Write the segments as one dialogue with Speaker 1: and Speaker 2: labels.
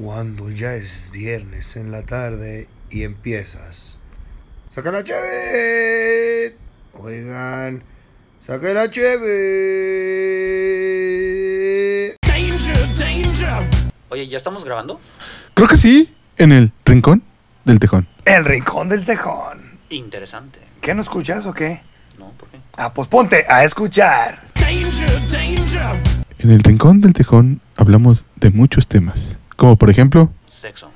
Speaker 1: cuando ya es viernes en la tarde y empiezas. ¡Saca la cheve! Oigan, saca la cheve.
Speaker 2: Oye, ¿ya estamos grabando?
Speaker 3: Creo que sí, en el rincón del tejón.
Speaker 1: El rincón del tejón.
Speaker 2: Interesante.
Speaker 1: ¿Qué no escuchas o qué?
Speaker 2: No, ¿por qué?
Speaker 1: Ah, pues ponte a escuchar.
Speaker 3: En el rincón del tejón hablamos de muchos temas, como por ejemplo,
Speaker 2: Sexo.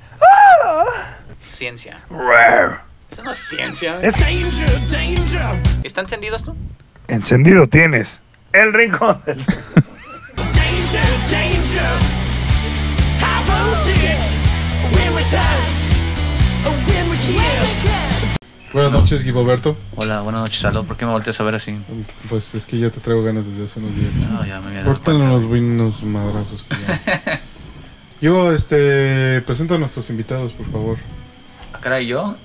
Speaker 2: Ciencia.
Speaker 1: Rare.
Speaker 2: Esto no es ciencia.
Speaker 1: Es-
Speaker 2: ¿Está encendido esto?
Speaker 1: Encendido tienes. El rincón del
Speaker 3: Buenas noches, Guiboberto.
Speaker 2: Hola, buenas noches, Aldo. ¿Por qué me volteas a ver así?
Speaker 3: Pues es que ya te traigo ganas desde hace unos días.
Speaker 2: No, ya me había dado
Speaker 3: Ahorita
Speaker 2: cuenta.
Speaker 3: nos buenos madrazos. que ya. Yo, este, presento a nuestros invitados, por favor.
Speaker 2: Ah, caray, yo.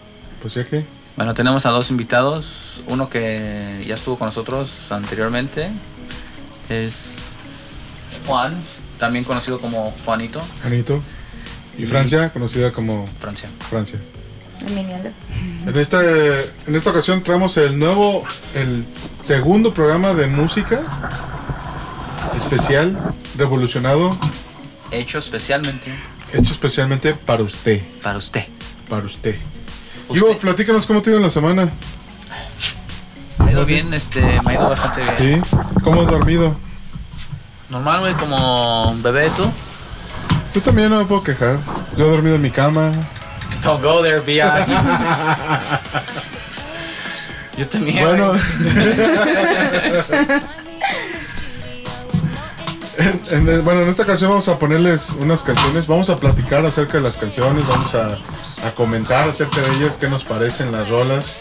Speaker 3: Pues ya que,
Speaker 2: Bueno, tenemos a dos invitados. Uno que ya estuvo con nosotros anteriormente es Juan, también conocido como Juanito,
Speaker 3: Anito. Y Francia, conocida como
Speaker 2: Francia.
Speaker 3: Francia.
Speaker 4: Minialdo.
Speaker 3: En, esta en esta ocasión traemos el nuevo, el segundo programa de música especial, revolucionado,
Speaker 2: Hecho especialmente
Speaker 3: hecho especialmente para usted.
Speaker 2: para usted.
Speaker 3: Para usted.
Speaker 2: Usted.
Speaker 3: Yo, platícanos cómo te ha ido en la semana.
Speaker 2: Me ha ido bien, este, me ha ido bastante bien.
Speaker 3: ¿Sí? ¿Cómo has dormido?
Speaker 2: Normal, güey, como un bebé tú.
Speaker 3: Yo también no me puedo quejar. Yo he dormido en mi cama.
Speaker 2: Don't go there, bitch. Yo también.
Speaker 3: Bueno.
Speaker 2: güey.
Speaker 3: En- en- bueno, en esta ocasión vamos a ponerles unas canciones, vamos a platicar acerca de las canciones, vamos a, a comentar acerca de ellas, qué nos parecen las rolas.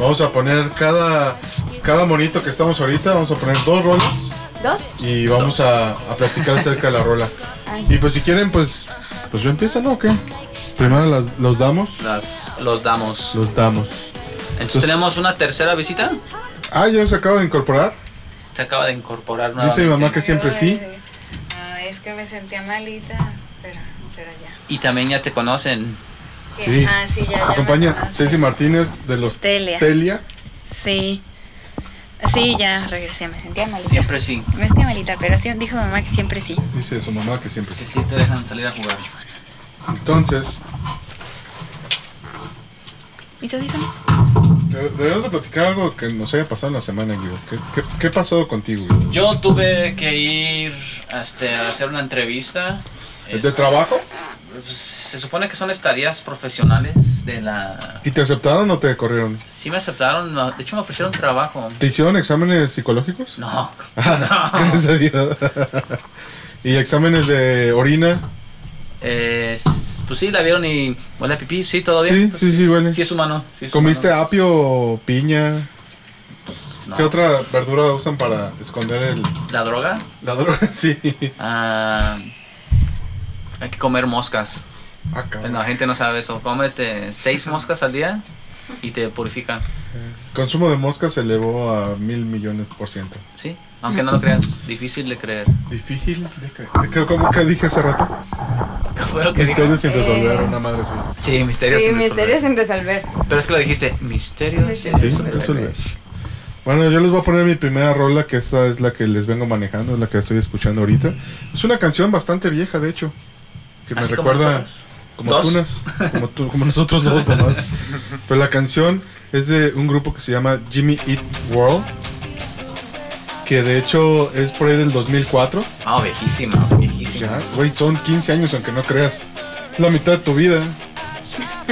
Speaker 3: Vamos a poner cada, cada monito que estamos ahorita, vamos a poner dos rolas
Speaker 4: ¿Dos?
Speaker 3: y vamos a, a platicar acerca de la rola.
Speaker 4: Ay.
Speaker 3: Y pues si quieren, pues, pues yo empiezo, ¿no? ¿O ¿Qué? Primero las, los damos.
Speaker 2: Las- los damos.
Speaker 3: Los damos.
Speaker 2: Entonces,
Speaker 3: Entonces-
Speaker 2: tenemos una tercera visita.
Speaker 3: Ah, ya se acaba de incorporar.
Speaker 2: Se acaba de incorporar
Speaker 3: Dice
Speaker 2: nuevamente.
Speaker 3: mi mamá que siempre sí.
Speaker 5: Ah, es que me sentía malita, pero, pero ya.
Speaker 2: Y también ya te conocen.
Speaker 5: ¿Qué?
Speaker 3: Sí.
Speaker 5: Ah, sí, ya. ya me
Speaker 3: Acompaña
Speaker 5: conoce.
Speaker 3: Ceci Martínez de los
Speaker 5: Telia.
Speaker 3: Telia.
Speaker 5: Sí. Sí, ya regresé, me sentía malita.
Speaker 2: Siempre sí.
Speaker 5: Me sentía malita, pero sí, dijo mamá que siempre sí.
Speaker 3: Dice su mamá que siempre sí.
Speaker 2: Que sí te dejan salir a jugar.
Speaker 3: Entonces,
Speaker 5: ¿Mis audífonos?
Speaker 3: de- deberíamos de platicar algo que nos haya pasado en la semana, Guido. ¿Qué, qué, qué ha pasado contigo, Guido?
Speaker 2: Yo tuve que ir este, a hacer una entrevista.
Speaker 3: ¿Es
Speaker 2: Este,
Speaker 3: de trabajo?
Speaker 2: pues, se supone que son estadías profesionales de la...
Speaker 3: ¿Y te aceptaron o te corrieron?
Speaker 2: Sí me aceptaron, no, de hecho me ofrecieron trabajo.
Speaker 3: ¿Te hicieron exámenes psicológicos?
Speaker 2: No.
Speaker 3: Gracias a Dios. ¿Y exámenes de orina?
Speaker 2: Eh, pues sí, la vieron y huele a pipí, sí, todo
Speaker 3: Sí,
Speaker 2: bien.
Speaker 3: sí, sí, huele.
Speaker 2: Sí es humano. sí es
Speaker 3: ¿Comiste
Speaker 2: humano.
Speaker 3: apio, piña?
Speaker 2: No.
Speaker 3: ¿Qué otra verdura usan para esconder el,
Speaker 2: ¿La droga?
Speaker 3: la droga? Sí.
Speaker 2: Ah, hay que comer moscas.
Speaker 3: Ah, cabrón.
Speaker 2: La gente no sabe eso. Cómete seis moscas al día y te purifica.
Speaker 3: Consumo de moscas se elevó a mil millones por ciento.
Speaker 2: Sí, aunque no lo creas, difícil de creer.
Speaker 3: Difícil de creer. ¿Qué- ¿Cómo que dije hace rato?
Speaker 2: ¿Qué fue lo que dije?
Speaker 3: Misterios sin resolver,
Speaker 4: Eh.
Speaker 3: una madre así.
Speaker 2: Sí, misterios.
Speaker 4: sí,
Speaker 2: sin resolver.
Speaker 4: misterios sin resolver.
Speaker 2: Pero es que lo dijiste, misterios. sin
Speaker 3: Sí,
Speaker 2: resolver.
Speaker 3: resolver. Bueno, yo les voy a poner mi primera rola, que esta es la que les vengo manejando, es la que estoy escuchando ahorita. Es una canción bastante vieja, de hecho, que me
Speaker 2: Así como
Speaker 3: recuerda
Speaker 2: nosotros.
Speaker 3: como,
Speaker 2: Dos.
Speaker 3: tunas, como, tú- como nosotros dos nomás. Pero la canción es de un grupo que se llama Jimmy Eat World, que de hecho es por ahí del 2004.
Speaker 2: Ah, viejísima, viejísima.
Speaker 3: Ya, güey, son 15 años, aunque no creas. La mitad de tu vida.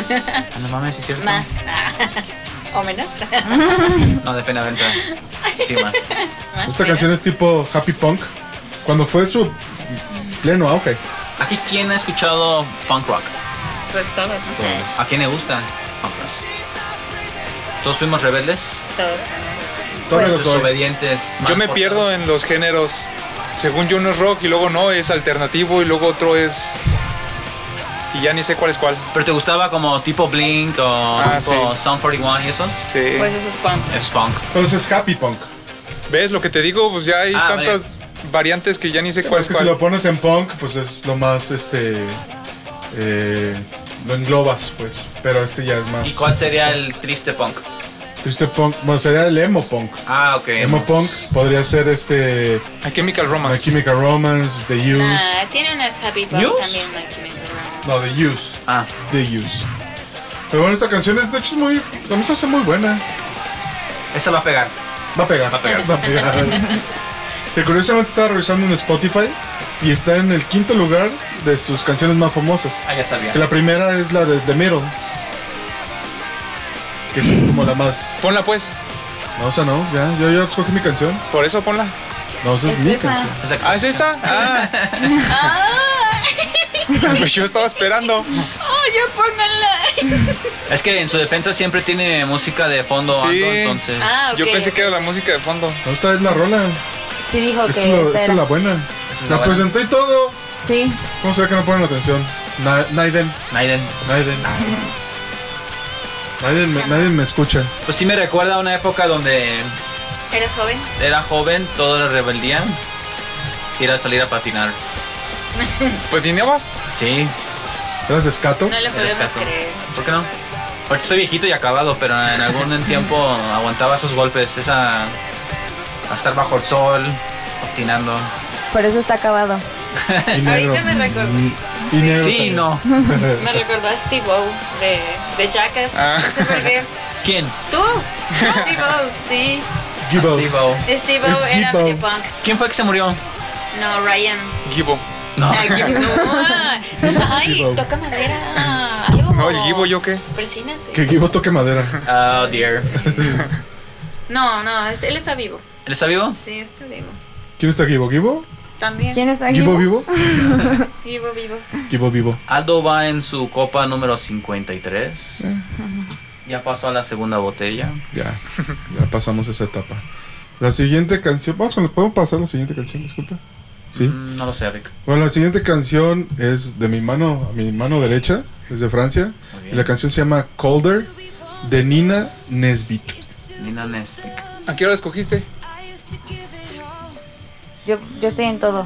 Speaker 2: Ah, No mames, ¿sí es cierto.
Speaker 5: Más. ¿O menos?
Speaker 2: No, de pena venta. Sí, más.
Speaker 5: Más,
Speaker 3: Esta
Speaker 5: menos.
Speaker 3: canción es tipo happy punk, cuando fue su pleno auge.
Speaker 2: ¿Aquí quién ha escuchado punk rock?
Speaker 5: Pues todos, ¿no?
Speaker 2: ¿A quién le gusta? Todos fuimos rebeldes,
Speaker 5: Todos.
Speaker 3: Todavía lo soy.
Speaker 2: desobedientes.
Speaker 6: Yo me
Speaker 2: mal portados.
Speaker 6: pierdo en los géneros. Según yo uno es rock y luego no, es alternativo y luego otro es... Y ya ni sé cuál es cuál.
Speaker 2: Pero te gustaba como tipo Blink o
Speaker 6: Ah,
Speaker 2: tipo Sound 41 y eso?
Speaker 6: Sí.
Speaker 5: Pues esos cuantos.
Speaker 2: Es punk.
Speaker 3: Pero eso es happy punk.
Speaker 6: ¿Ves lo que te digo? Pues ya hay
Speaker 2: Ah,
Speaker 6: tantas variantes que ya ni sé cuál
Speaker 3: Pues
Speaker 6: es
Speaker 3: que si
Speaker 6: cuál.
Speaker 3: lo pones en punk, pues es lo más este eh, lo englobas, pues. Pero este ya es más.
Speaker 2: ¿Y cuál sería el triste punk?
Speaker 3: Triste punk. Bueno, sería el emo punk.
Speaker 2: Ah, ok.
Speaker 3: Emo punk podría ser este.
Speaker 6: A Chemical
Speaker 3: My
Speaker 6: Romance.
Speaker 3: Chemical Romance, The Use.
Speaker 5: Nah, Ah, tiene unas happy pop
Speaker 2: ¿News?
Speaker 5: también, My Chemical Romance.
Speaker 3: No, The Use.
Speaker 2: Ah,
Speaker 3: The Use. Pero bueno, esta canción es, de hecho, es muy. También se hace muy buena.
Speaker 2: esa va a pegar.
Speaker 3: Va a pegar.
Speaker 2: Va a pegar.
Speaker 3: Va a pegar. que curiosamente estaba revisando en Spotify y está en el quinto lugar de sus canciones más famosas.
Speaker 2: Ah, ya sabía.
Speaker 3: Que la primera es la de The Middle. Que es como la más.
Speaker 6: Ponla pues.
Speaker 3: No, o sea, no, ya, yo ya escogí mi canción.
Speaker 6: Por eso ponla.
Speaker 3: No, esa es,
Speaker 4: Es
Speaker 3: mi
Speaker 4: esa.
Speaker 3: canción.
Speaker 2: Es la que-
Speaker 6: Ah, ¿es esta? Ah. Pues yo estaba esperando.
Speaker 5: Ah. ¡Oh, ya pónganla!
Speaker 2: Es que en su defensa siempre tiene música de fondo,
Speaker 6: Sí.
Speaker 2: Ando, entonces.
Speaker 5: Ah, ok.
Speaker 6: Yo pensé que era la música de fondo.
Speaker 3: No, esta es la rola.
Speaker 4: Sí dijo
Speaker 3: Esta,
Speaker 4: que
Speaker 3: es la-
Speaker 4: esta
Speaker 3: esta
Speaker 4: era.
Speaker 3: es la buena.
Speaker 2: Esa es
Speaker 3: La,
Speaker 2: la buena.
Speaker 3: presenté y todo.
Speaker 4: Sí.
Speaker 3: ¿Cómo se ve que no ponen atención? Na- Naiden.
Speaker 2: Naiden.
Speaker 3: Naiden. Naiden me, Naiden me escucha.
Speaker 2: Pues sí me recuerda a una época donde
Speaker 5: ¿Eres joven?
Speaker 2: era joven, todo era rebeldía. Y era salir a patinar.
Speaker 6: Pues más.
Speaker 2: Sí,
Speaker 3: ¿Eras escato?
Speaker 5: No lo
Speaker 2: eres
Speaker 5: podemos
Speaker 2: gato.
Speaker 5: creer.
Speaker 2: ¿Por qué no? Ahorita estoy viejito y acabado, pero en algún tiempo aguantaba esos golpes, esa... A estar bajo el sol, patinando.
Speaker 4: Por eso está acabado.
Speaker 3: Y negro.
Speaker 5: Ahorita me recordé.
Speaker 3: Y negro.
Speaker 2: Sí,
Speaker 3: también.
Speaker 2: no.
Speaker 5: Me recordó a Steve O de, de Jackass.
Speaker 6: Ah.
Speaker 5: No sé por qué.
Speaker 2: ¿Quién?
Speaker 5: ¿Tú? Steve O, sí.
Speaker 3: Gibbo.
Speaker 2: Steve-O.
Speaker 5: Steve O
Speaker 3: Steve
Speaker 5: era
Speaker 3: O.
Speaker 5: medio punk.
Speaker 2: ¿Quién fue que se murió?
Speaker 5: No, Ryan.
Speaker 6: Gibo.
Speaker 2: No.
Speaker 5: Ah, Gibo. Ay,
Speaker 3: Gibo.
Speaker 5: toca madera. Algo.
Speaker 6: No, el Gibo, ¿yo qué?
Speaker 5: Persínate.
Speaker 3: Que Gibbo toque madera.
Speaker 2: Oh, dear.
Speaker 5: No, no, este- él está vivo.
Speaker 2: ¿Él está vivo?
Speaker 5: Sí, está vivo.
Speaker 3: ¿Quién está Gibbo? ¿Gibbo?
Speaker 5: También.
Speaker 4: ¿Quién está aquí?
Speaker 3: ¿Gibbo vivo?
Speaker 5: Vivo, vivo.
Speaker 3: Gibbo vivo.
Speaker 2: Aldo va en su copa número 53. Ya pasó a la segunda botella.
Speaker 3: Ya, ya pasamos esa etapa. La siguiente canción, vamos con, ¿podemos pasar la siguiente canción? Disculpa. Sí.
Speaker 2: Mm, No lo sé, Rick.
Speaker 3: Bueno, la siguiente canción es de mi mano, a mi mano derecha, es de Francia.
Speaker 2: Muy bien.
Speaker 3: Y la canción se llama Colder de Nina Nesbitt.
Speaker 2: Nina Nesbitt.
Speaker 6: ¿A qué hora la escogiste?
Speaker 4: Yo, yo estoy en todo.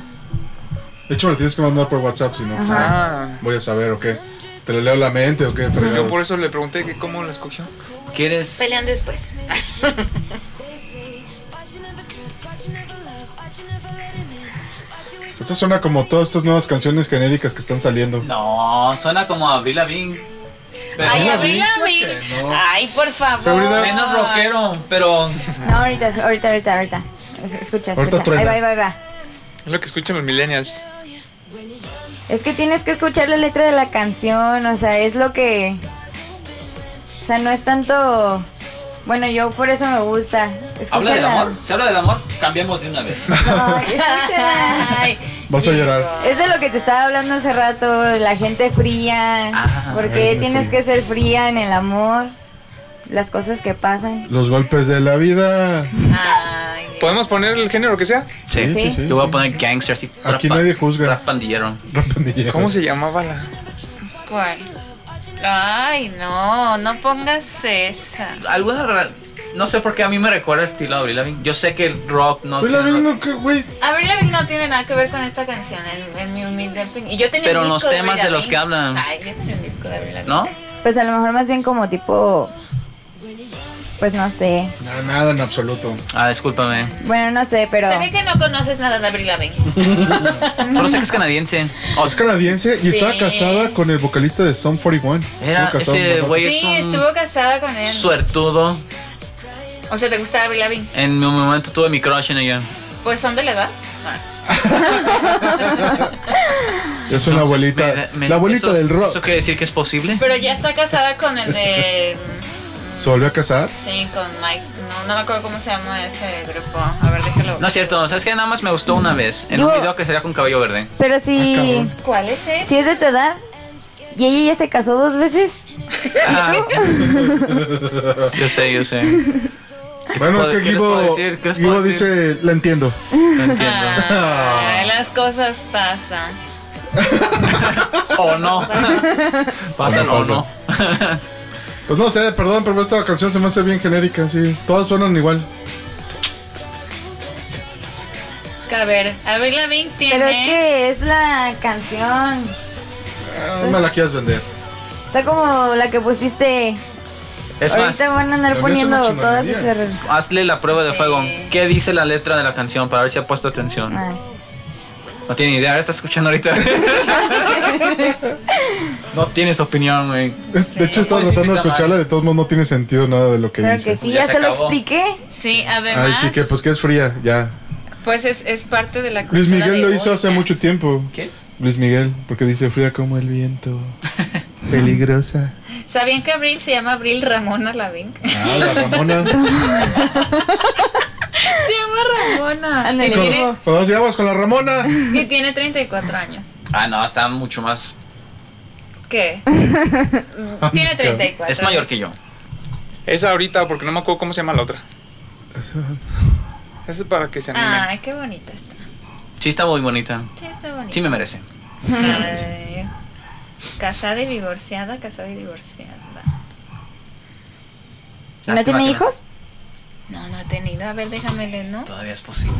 Speaker 3: De hecho, me la tienes que mandar por WhatsApp, si no, pues,
Speaker 6: Ah.
Speaker 3: voy a saber, ¿o qué? ¿Te lo leo la mente o qué? fregados?
Speaker 6: Yo por eso le pregunté que cómo la escogió.
Speaker 2: ¿Quieres?
Speaker 5: Pelean después.
Speaker 3: Esta suena como todas estas nuevas canciones genéricas que están saliendo.
Speaker 2: No, suena como Avril Lavigne. Pero
Speaker 5: Ay,
Speaker 3: no,
Speaker 5: Avril
Speaker 3: claro
Speaker 5: Lavigne.
Speaker 3: que no.
Speaker 5: Ay, por favor.
Speaker 3: Seguridad.
Speaker 2: menos rockero, pero
Speaker 4: No, ahorita, ahorita, ahorita, ahorita. Es- Escucha,
Speaker 3: Ahorita
Speaker 4: escucha.
Speaker 3: truena.
Speaker 4: Ahí va, ahí va, ahí va.
Speaker 6: Es lo que escuchan los millennials.
Speaker 4: Es que tienes que escuchar la letra de la canción, o sea, es lo que... O sea, no es tanto... Bueno, yo por eso me gusta. Escúchala.
Speaker 2: habla del amor. Si habla del amor, cambiemos de una vez.
Speaker 4: Ay, escúchala.
Speaker 5: Ay,
Speaker 3: Vas a llorar.
Speaker 4: Es de lo que te estaba hablando hace rato, de la gente fría.
Speaker 2: Ah,
Speaker 4: porque
Speaker 3: gente
Speaker 4: tienes
Speaker 3: fría.
Speaker 4: que ser fría en el amor, las cosas que pasan.
Speaker 3: Los golpes de la vida.
Speaker 5: ay.
Speaker 6: ¿Podemos poner el género que sea?
Speaker 2: Sí.
Speaker 4: Sí.
Speaker 2: Yo voy a poner gangster así.
Speaker 3: Aquí
Speaker 2: trap-
Speaker 3: nadie juzga.
Speaker 2: trap pandillero.
Speaker 3: Rapandillero.
Speaker 6: ¿Cómo se llamaba la?
Speaker 5: ¿Cuál? Ay, no, no pongas esa.
Speaker 2: Alguna ra- no sé por qué a mí me recuerda estilo Avril Lavigne. Yo sé que el rock no.
Speaker 3: Güey, la
Speaker 2: tiene
Speaker 3: verdad,
Speaker 2: rock,
Speaker 3: no, que, güey.
Speaker 5: Avril Lavigne no tiene nada que ver con esta canción, en, en mi humilde opinión. Y yo tenía
Speaker 2: Pero
Speaker 5: un
Speaker 2: en los
Speaker 5: disco de
Speaker 2: temas de
Speaker 5: Avril
Speaker 2: los que
Speaker 5: Lavigne.
Speaker 2: hablan.
Speaker 5: Ay, yo tenía un disco de Avril Lavigne.
Speaker 2: ¿No?
Speaker 4: Pues a lo mejor más bien como tipo... Pues no sé.
Speaker 3: No, nada en absoluto.
Speaker 2: Ah, discúlpame.
Speaker 4: Bueno, no sé, pero...
Speaker 5: Se ve que no conoces nada de Avril Lavigne.
Speaker 2: Solo sé que es canadiense. Oh,
Speaker 3: Es canadiense y
Speaker 5: Sí.
Speaker 3: estaba casada con el vocalista de Sum 41.
Speaker 2: Era
Speaker 3: Estuvo casado
Speaker 2: ese
Speaker 3: un buen rato.
Speaker 2: güey.
Speaker 5: Sí,
Speaker 2: es un-
Speaker 5: estuvo casada con él.
Speaker 2: Suertudo.
Speaker 5: O sea, ¿te gusta Avril Lavigne?
Speaker 2: En mi momento tuve mi crush en ella.
Speaker 5: Pues son de la edad.
Speaker 3: Es una
Speaker 2: Entonces,
Speaker 3: abuelita.
Speaker 2: me- me-
Speaker 3: la abuelita
Speaker 2: eso-
Speaker 3: del rock.
Speaker 2: ¿Eso quiere decir que es posible?
Speaker 5: Pero ya está casada con el de.
Speaker 3: Se volvió a casar.
Speaker 5: Sí, con Mike. No, no me acuerdo cómo se llama ese grupo. A ver, déjalo.
Speaker 2: No es cierto, ¿sabes que Nada más me gustó una vez. En un
Speaker 4: Digo-
Speaker 2: video que sería con cabello verde.
Speaker 4: Pero
Speaker 3: Ah,
Speaker 4: si...
Speaker 3: cabrón.
Speaker 5: ¿Cuál es ese?
Speaker 4: Si es de tu edad y ella ya se casó dos veces,
Speaker 2: Ah. yo sé, yo sé.
Speaker 3: Bueno, es
Speaker 2: puedo-
Speaker 3: que
Speaker 2: qué les puedo
Speaker 3: Gibo,
Speaker 2: decir? ¿Qué les
Speaker 3: Gibo
Speaker 2: puedo
Speaker 3: dice, la entiendo.
Speaker 2: No entiendo.
Speaker 5: Ah. Ay, las cosas pasan.
Speaker 2: O no. Pasan o no.
Speaker 3: Pues no sé, perdón, pero esta canción se me hace bien genérica, sí. Todas suenan igual.
Speaker 5: A ver, Avril Lavigne tiene.
Speaker 4: pero es que es la canción.
Speaker 3: Ah, me la quieres vender.
Speaker 4: Está como la que pusiste.
Speaker 2: Es más,
Speaker 4: Ahorita van a andar
Speaker 3: pero
Speaker 4: poniendo
Speaker 3: eso es una
Speaker 4: todas
Speaker 3: chingonería.
Speaker 4: esas.
Speaker 2: hazle la prueba de fuego. ¿Qué dice la letra de la canción para ver si ha puesto atención?
Speaker 4: Ah,
Speaker 2: No tiene ni idea, ¿eh? está escuchando ahorita. no tienes opinión, güey.
Speaker 3: De hecho, estaba
Speaker 2: Pues sí,
Speaker 3: tratando de
Speaker 2: está mal.
Speaker 3: escucharla, de todos modos no tiene sentido nada de lo que
Speaker 4: claro
Speaker 3: dice.
Speaker 4: que sí,
Speaker 2: Ya
Speaker 4: ya
Speaker 2: se
Speaker 4: se lo
Speaker 2: acabó.
Speaker 4: expliqué.
Speaker 5: Sí,
Speaker 3: Ay,
Speaker 5: además,
Speaker 3: sí que pues que es fría, ya.
Speaker 5: pues es, es parte de la cultura
Speaker 3: Luis Miguel
Speaker 5: de
Speaker 3: lo
Speaker 5: hoy,
Speaker 3: hizo
Speaker 4: ¿eh?
Speaker 3: hace
Speaker 5: ya.
Speaker 3: mucho tiempo.
Speaker 2: ¿Qué?
Speaker 3: Luis Miguel, porque dice fría como el viento. Peligrosa.
Speaker 5: ¿Sabían que Abril se llama Abril Ramona Lavín?
Speaker 3: Ah, la Ramona.
Speaker 5: se llama Ramona.
Speaker 4: Ándale.
Speaker 5: Que tiene,
Speaker 3: Con- con dos llevas con la Ramona.
Speaker 5: que tiene 34 años.
Speaker 2: Ah, no, está mucho más.
Speaker 5: ¿Qué?
Speaker 3: Ah.
Speaker 5: tiene 34.
Speaker 2: Es mayor que yo.
Speaker 6: Esa ahorita, porque no me acuerdo cómo se llama la otra. Esa es para que se animen.
Speaker 5: Ay, qué bonita está.
Speaker 2: Sí, está muy bonita.
Speaker 5: Sí, está bonita.
Speaker 2: Sí, me merece.
Speaker 5: Ay, Casada y divorciada, casada y divorciada.
Speaker 4: ¿No
Speaker 2: Lástima
Speaker 4: tiene
Speaker 2: que
Speaker 4: hijos?
Speaker 5: No, no ha tenido. A ver, déjame leer, ¿no?
Speaker 2: Todavía es posible.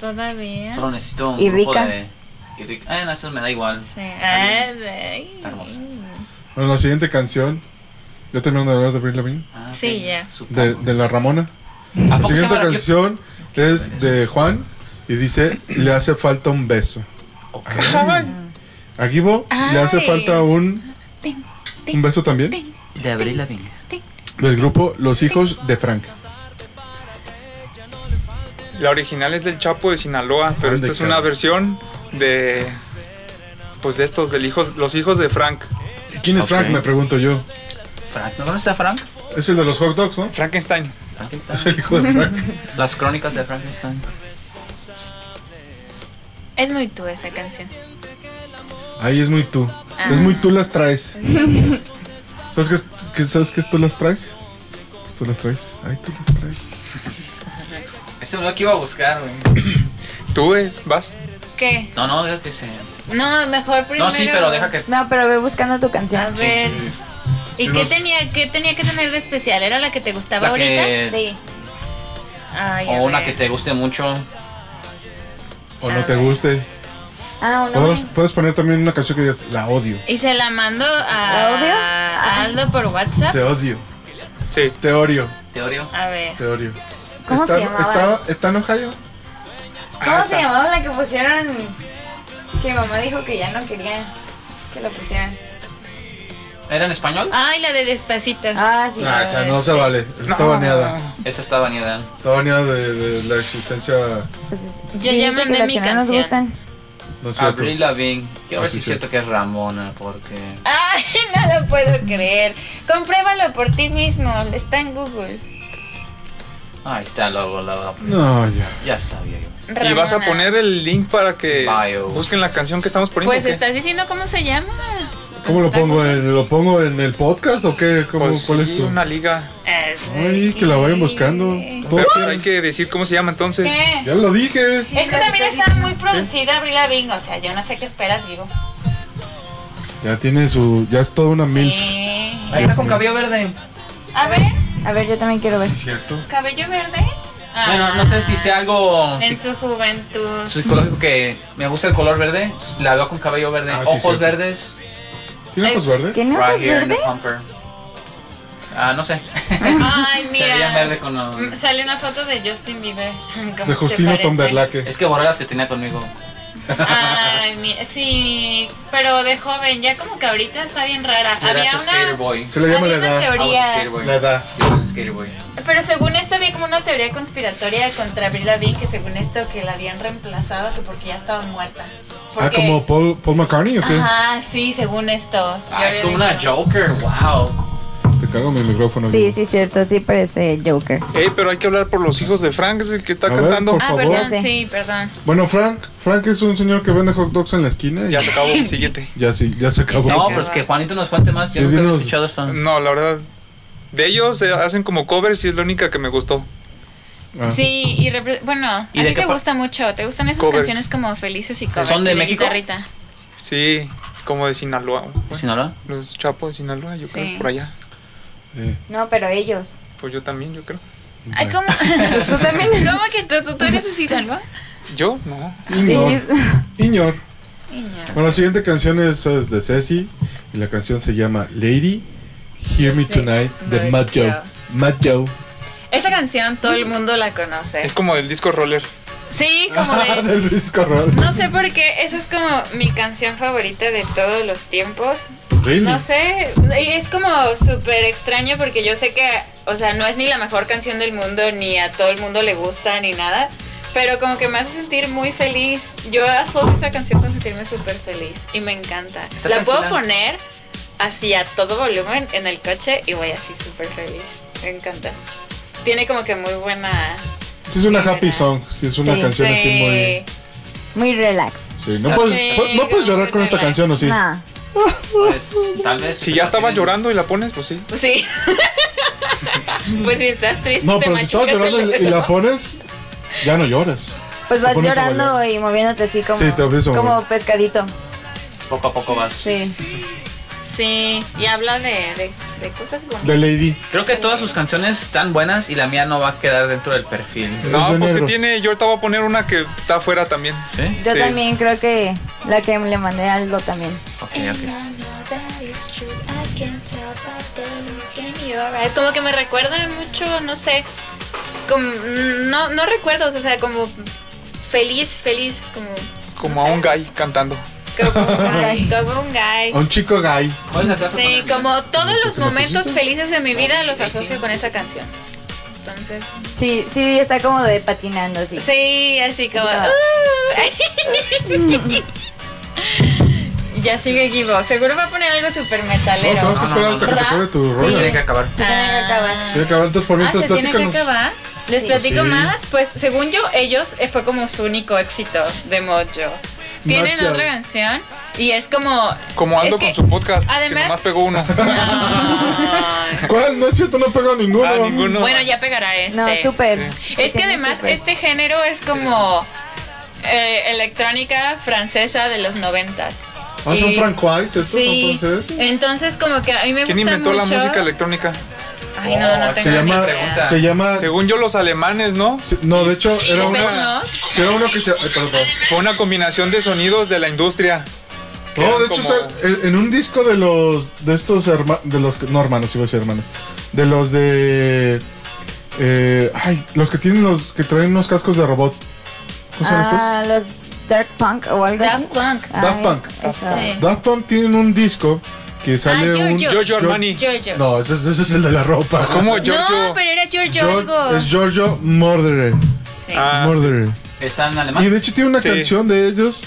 Speaker 5: Todavía.
Speaker 2: Solo necesito un
Speaker 4: Y
Speaker 2: grupo
Speaker 4: rica.
Speaker 2: de. Y rica. Eh, no, eso me da igual.
Speaker 5: Sí. Ay, ay.
Speaker 2: Está hermoso.
Speaker 3: Bueno, la siguiente canción. Yo termino de hablar de Avril Lavigne.
Speaker 2: Ah,
Speaker 5: Sí,
Speaker 2: ok,
Speaker 5: ya.
Speaker 2: supongo.
Speaker 3: De, de la Ramona.
Speaker 2: ¿A
Speaker 3: La
Speaker 2: poco Ah, se
Speaker 3: siguiente
Speaker 2: llama la-
Speaker 3: canción es de Juan y dice le hace falta un beso.
Speaker 2: Ok.
Speaker 3: A Gibo le hace
Speaker 5: Ay.
Speaker 3: falta un un beso también
Speaker 2: De Abril Lavigne.
Speaker 3: del grupo Los Hijos de Frank.
Speaker 6: La original es del Chapo de Sinaloa, pero
Speaker 3: Ande,
Speaker 6: esta es una
Speaker 3: cabrón.
Speaker 6: versión de. Pues de estos, del hijos, los hijos de Frank.
Speaker 3: ¿Quién es
Speaker 2: Ok.
Speaker 3: Frank? Me pregunto yo.
Speaker 2: Frank. ¿No conoces a Frank?
Speaker 3: Es el de los hot dogs, ¿no?
Speaker 6: Frankenstein.
Speaker 3: Es el hijo de Frank.
Speaker 2: Las crónicas de Frankenstein.
Speaker 5: Es muy tú esa canción.
Speaker 3: Ahí es muy tú. Es muy tú las traes. ¿Sabes qué, es- qué- ¿Sabes qué es tú las traes? Pues tú las traes. Ay, tú las traes.
Speaker 2: Ese es lo que iba a buscar, güey.
Speaker 6: Tú, eh, vas.
Speaker 5: ¿Qué?
Speaker 2: No, no, yo que sé.
Speaker 5: No, mejor primero.
Speaker 2: No, sí, pero deja que.
Speaker 4: No, pero ve buscando tu
Speaker 5: A
Speaker 4: canción.
Speaker 5: ver. ¿Y
Speaker 3: Sí,
Speaker 5: qué
Speaker 3: no.
Speaker 5: tenía, qué tenía que tener de especial? ¿Era la que te gustaba
Speaker 2: La
Speaker 5: ahorita?
Speaker 2: que-
Speaker 4: Sí.
Speaker 5: Ay, a
Speaker 2: O una que
Speaker 5: ver.
Speaker 2: te guste mucho.
Speaker 3: O no te guste.
Speaker 4: Ah, uno.
Speaker 3: Podrás- puedes poner también una canción que digas, la odio.
Speaker 5: Y se la mando a,
Speaker 4: ¿A Odio?
Speaker 5: a Aldo por WhatsApp.
Speaker 3: Te odio.
Speaker 6: Sí.
Speaker 3: Te odio.
Speaker 2: Te odio.
Speaker 5: A ver.
Speaker 3: Te odio.
Speaker 4: ¿Cómo
Speaker 3: ¿Está,
Speaker 4: se llamaba?
Speaker 3: Está, está en Ohio?
Speaker 6: Ah,
Speaker 4: ¿Cómo se llamaba la que pusieron? Que mamá dijo que ya no quería que la pusieran.
Speaker 2: ¿Era en español?
Speaker 5: Ay, la de Despacitas.
Speaker 4: Ah, sí.
Speaker 3: Ah, ya no se vale. Está baneada.
Speaker 2: Esa está baneada.
Speaker 3: Está baneada de, de la existencia.
Speaker 4: Pues es-
Speaker 5: Yo
Speaker 4: dice
Speaker 5: ya
Speaker 4: que
Speaker 5: mandé
Speaker 4: las
Speaker 5: mi
Speaker 4: que no nos
Speaker 5: canción.
Speaker 4: gustan.
Speaker 3: No sé.
Speaker 2: Abril Lavigne. Quiero
Speaker 3: Ah,
Speaker 2: ver
Speaker 3: sí,
Speaker 2: si es
Speaker 3: cierto.
Speaker 2: cierto que es Ramona, porque.
Speaker 5: Ay, no lo puedo creer. Compruébalo por ti mismo. Está en Google.
Speaker 2: Ahí está, luego la.
Speaker 3: No, ya.
Speaker 2: Ya sabía yo.
Speaker 6: Y vas a
Speaker 5: Ramona.
Speaker 6: poner el link para que
Speaker 2: Bio.
Speaker 6: busquen la canción que estamos poniendo.
Speaker 5: Pues
Speaker 6: ¿o qué?
Speaker 5: estás diciendo cómo se llama.
Speaker 3: ¿Cómo lo
Speaker 5: Está
Speaker 3: pongo?
Speaker 5: como-
Speaker 3: ¿En, ¿Lo pongo en el podcast o qué? ¿Cómo,
Speaker 6: Pues
Speaker 3: ¿Cuál
Speaker 6: sí,
Speaker 3: es tu?
Speaker 6: una liga.
Speaker 5: Eh,
Speaker 3: Ay, que la vayan buscando.
Speaker 6: Pero pues
Speaker 3: Todas.
Speaker 6: hay que decir cómo se llama entonces.
Speaker 5: ¿Qué?
Speaker 3: Ya lo dije.
Speaker 5: Es que también está muy producida Abril Lavigne, o sea, yo no sé qué esperas, digo.
Speaker 3: Ya tiene su. Ya es toda una mil.
Speaker 5: Sí.
Speaker 2: Ahí está con cabello verde.
Speaker 5: A ver,
Speaker 4: A ver, yo también quiero ver.
Speaker 3: cierto.
Speaker 5: cabello verde. Ah,
Speaker 2: Bueno, no sé si sea algo
Speaker 5: En su juventud.
Speaker 2: psicológico que me gusta el color verde. La veo con cabello verde,
Speaker 3: Ah, sí,
Speaker 2: ojos
Speaker 3: cierto.
Speaker 2: verdes.
Speaker 3: ¿Tiene ojos verdes?
Speaker 4: ¿Tiene ojos
Speaker 2: in the
Speaker 4: verdes?
Speaker 2: bumper. Ah, no sé.
Speaker 5: Ay,
Speaker 2: Se veían verde
Speaker 5: mira.
Speaker 2: con los-
Speaker 5: Mm, Sale una foto de Justin Bieber. ¿Cómo
Speaker 3: De
Speaker 5: se
Speaker 3: Justino
Speaker 5: parece?
Speaker 3: Tomberlaque.
Speaker 2: Es que borré las que tenía conmigo.
Speaker 5: Ay, mira, sí, pero de joven, ya como que ahorita está bien rara.
Speaker 2: Eras
Speaker 5: Había
Speaker 2: a skater
Speaker 5: una,
Speaker 2: boy.
Speaker 3: Se le llama la
Speaker 5: había una
Speaker 3: edad.
Speaker 2: I was a skater
Speaker 5: teoría,
Speaker 2: boy.
Speaker 3: La edad.
Speaker 2: Yo era un skater boy.
Speaker 5: pero según esto había como una teoría conspiratoria contra Avril Lavigne que según esto que la habían reemplazado que porque ya estaba muerta.
Speaker 3: Ah,
Speaker 5: Porque-
Speaker 3: como Paul, Paul McCartney o qué?
Speaker 5: Ajá, sí, según esto. Yo
Speaker 2: Ah, es
Speaker 5: había
Speaker 2: como una
Speaker 5: visto.
Speaker 2: Joker, wow.
Speaker 3: Te cargo mi micrófono.
Speaker 4: Sí,
Speaker 3: amigo.
Speaker 4: sí, cierto. Sí parece Joker.
Speaker 6: Ey, Eh, pero hay que hablar por los hijos de Frank, es el que está
Speaker 3: A ver,
Speaker 6: cantando.
Speaker 3: por
Speaker 5: Ah,
Speaker 3: favor.
Speaker 5: perdón,
Speaker 4: Ya sé.
Speaker 5: sí, perdón.
Speaker 3: Bueno, Frank. Frank es un señor que vende hot dogs en la esquina. y-
Speaker 6: Ya se acabó, siguiente.
Speaker 3: Ya sí, ya se acabó.
Speaker 2: No, pero es que Juanito nos cuente más. Yo
Speaker 3: Sí,
Speaker 2: nunca había
Speaker 3: dinos.
Speaker 2: escuchado esto.
Speaker 6: No, la verdad. De ellos eh, hacen como covers y es la única que me gustó.
Speaker 3: Ah.
Speaker 5: Sí, y repre- bueno,
Speaker 2: ¿Y
Speaker 5: a
Speaker 2: de
Speaker 5: ti
Speaker 2: qué
Speaker 5: te
Speaker 2: pa-
Speaker 5: gusta mucho, te gustan esas
Speaker 6: Covers.
Speaker 5: canciones como felices y covers
Speaker 2: ¿Son de
Speaker 5: y
Speaker 2: México?
Speaker 5: guitarrita.
Speaker 6: Sí, como de Sinaloa. bueno,
Speaker 2: Sinaloa.
Speaker 6: los chapos de Sinaloa, yo
Speaker 5: Sí.
Speaker 6: creo, por allá.
Speaker 3: Sí.
Speaker 4: No, pero ellos.
Speaker 6: Pues yo también, yo creo.
Speaker 5: Ay, ¿cómo?
Speaker 2: Pues
Speaker 5: ¿Tú también? ¿Cómo que tú, tú, tú eres de Sinaloa?
Speaker 6: ¿Yo? No.
Speaker 3: Iñor.
Speaker 4: Dices-
Speaker 3: Iñor.
Speaker 5: Y niña.
Speaker 3: Bueno, la siguiente canción es, es de Ceci y la canción se llama Lady Hear Me Tonight de Matt Joe. Matt Joe.
Speaker 5: Esa canción todo el mundo la conoce.
Speaker 6: Es como del disco roller.
Speaker 5: Sí, como de...
Speaker 3: del disco roll.
Speaker 5: No sé por qué, esa es como mi canción favorita de todos los tiempos.
Speaker 3: Really?
Speaker 5: No sé, y es como súper extraño porque yo sé que, o sea, no es ni la mejor canción del mundo, ni a todo el mundo le gusta, ni nada, pero como que me hace sentir muy feliz. Yo asocio esa canción con sentirme súper feliz y me encanta.
Speaker 2: Está
Speaker 5: la puedo
Speaker 2: tranquila.
Speaker 5: poner así a todo volumen en el coche y voy así súper feliz. Me encanta. Tiene como que muy buena...
Speaker 3: Sí, es una happy song. Sí, es una
Speaker 4: Sí,
Speaker 3: canción así muy.
Speaker 5: Sí.
Speaker 4: Muy relax.
Speaker 3: Sí, no puedes,
Speaker 5: Sí,
Speaker 3: no- no puedes llorar con esta
Speaker 5: relax.
Speaker 3: canción, ¿o sí?
Speaker 4: Nah.
Speaker 2: Pues, tal vez.
Speaker 6: Si ya estabas llorando y la pones, pues sí.
Speaker 5: Pues sí. pues si estás triste.
Speaker 3: No,
Speaker 5: te
Speaker 3: pero si estabas
Speaker 5: machucas el
Speaker 3: llorando y, y la
Speaker 5: dedo.
Speaker 3: pones, ya no lloras.
Speaker 4: Pues vas
Speaker 3: pones a
Speaker 4: llorando y
Speaker 3: bailar.
Speaker 4: moviéndote así como,
Speaker 3: Sí, te empiezo a
Speaker 4: como
Speaker 3: mover.
Speaker 4: pescadito.
Speaker 2: Poco a poco vas.
Speaker 4: Sí.
Speaker 5: Sí, y habla de, de, de cosas bonitas.
Speaker 3: De Lady.
Speaker 2: Creo que todas sus canciones están buenas y la mía no va a quedar dentro del perfil.
Speaker 6: No,
Speaker 3: de
Speaker 6: pues que
Speaker 3: negro.
Speaker 6: tiene. Yo ahorita voy a poner una que está afuera también.
Speaker 2: ¿Sí?
Speaker 4: Yo
Speaker 6: Sí.
Speaker 4: también creo que la que le mandé a Aldo también.
Speaker 2: Ok,
Speaker 7: And
Speaker 2: ok.
Speaker 7: I know that it's true. I can tell by the look in your eyes.
Speaker 5: Ay, Eh, Como que me recuerda mucho, no sé, como, mm, no, no recuerdos, o sea, como feliz, feliz, como,
Speaker 6: Como a un guy cantando.
Speaker 5: como un guy, como un guy.
Speaker 3: A un chico gay.
Speaker 2: ¿Cuál es la que vas a
Speaker 5: Sí,
Speaker 2: poner?
Speaker 5: como todos los momentos felices de mi vida los
Speaker 2: Sí, sí.
Speaker 5: asocio con esa canción. Entonces,
Speaker 4: Sí, sí, está como de patinando así.
Speaker 5: sí, así como...
Speaker 4: Ah.
Speaker 5: "Uh". ya sigue Gibo, seguro va a poner algo súper
Speaker 3: No,
Speaker 5: metalero. Ah,
Speaker 3: tenemos que
Speaker 2: no, no,
Speaker 3: esperar
Speaker 2: no.
Speaker 3: hasta que se
Speaker 5: ¿Verdad?
Speaker 3: acabe tu
Speaker 4: Sí.
Speaker 3: rola.
Speaker 2: Tiene que acabar.
Speaker 4: Se tiene que acabar.
Speaker 3: Tiene que acabar, entonces por
Speaker 5: Ah,
Speaker 3: mientras
Speaker 5: se tiene que
Speaker 3: platícanos.
Speaker 5: acabar. Les
Speaker 4: Sí.
Speaker 5: platico
Speaker 3: Sí.
Speaker 5: más. Pues según yo, ellos eh, fue como su único éxito de Mojo. Tienen
Speaker 3: Mojo.
Speaker 5: otra canción y es como.
Speaker 6: Como Aldo
Speaker 5: Es que-
Speaker 6: con su podcast.
Speaker 5: además-
Speaker 6: que nomás pegó Ah, uno.
Speaker 5: Ay.
Speaker 3: ¿Cuál? No es cierto, no pegó ninguno.
Speaker 6: Ah, ninguno.
Speaker 5: Bueno, ya pegará este.
Speaker 4: No, súper.
Speaker 5: Es que
Speaker 4: Tiene
Speaker 5: además
Speaker 4: súper.
Speaker 5: este género es como eh, electrónica francesa de los noventas.
Speaker 3: Ah, son
Speaker 5: Y-
Speaker 3: francois estos,
Speaker 5: Sí.
Speaker 3: son franceses.
Speaker 5: Entonces como que a mí me gusta
Speaker 6: ¿Quién inventó la
Speaker 5: mucho-
Speaker 6: música electrónica?
Speaker 5: Ay, no, no
Speaker 2: Oh,
Speaker 5: tengo
Speaker 3: Se
Speaker 5: ni
Speaker 3: llama,
Speaker 5: idea.
Speaker 2: pregunta.
Speaker 3: se llama,
Speaker 6: Según yo, los alemanes, ¿no?
Speaker 3: se- no, de hecho, era
Speaker 5: Depeche
Speaker 3: una,
Speaker 5: Mode.
Speaker 3: sí, era uno que se, ay, perdón, perdón.
Speaker 6: Fue una combinación de sonidos de la industria. Que
Speaker 3: No,
Speaker 6: eran
Speaker 3: de hecho,
Speaker 6: como-
Speaker 3: o sea, en, en un disco de los, de estos hermanos, de los, que- no hermanos, iba a decir hermanos, de los de, eh, ay, los que tienen los, que traen unos cascos de robot. ¿Cómo son
Speaker 4: Ah, los Dark Punk o algo
Speaker 5: Daft
Speaker 4: así.
Speaker 5: Punk.
Speaker 4: Ah,
Speaker 3: Daft
Speaker 4: es-
Speaker 3: Punk.
Speaker 4: eso.
Speaker 5: Sí.
Speaker 3: estos? Daft Punk tienen un disco que sale
Speaker 5: Yo-Yo.
Speaker 3: un...
Speaker 6: Giorgio Armani.
Speaker 5: Giorgio.
Speaker 3: No, ese, es- ese es el de la ropa.
Speaker 6: ¿Cómo yo?
Speaker 5: No, pero era Giorgio
Speaker 3: Gior-
Speaker 5: algo.
Speaker 3: es Giorgio Murderer.
Speaker 5: Sí.
Speaker 6: Ah,
Speaker 3: Murderer.
Speaker 2: Está en
Speaker 3: Y
Speaker 2: alemán.
Speaker 3: de hecho tiene una
Speaker 6: Sí.
Speaker 3: canción de ellos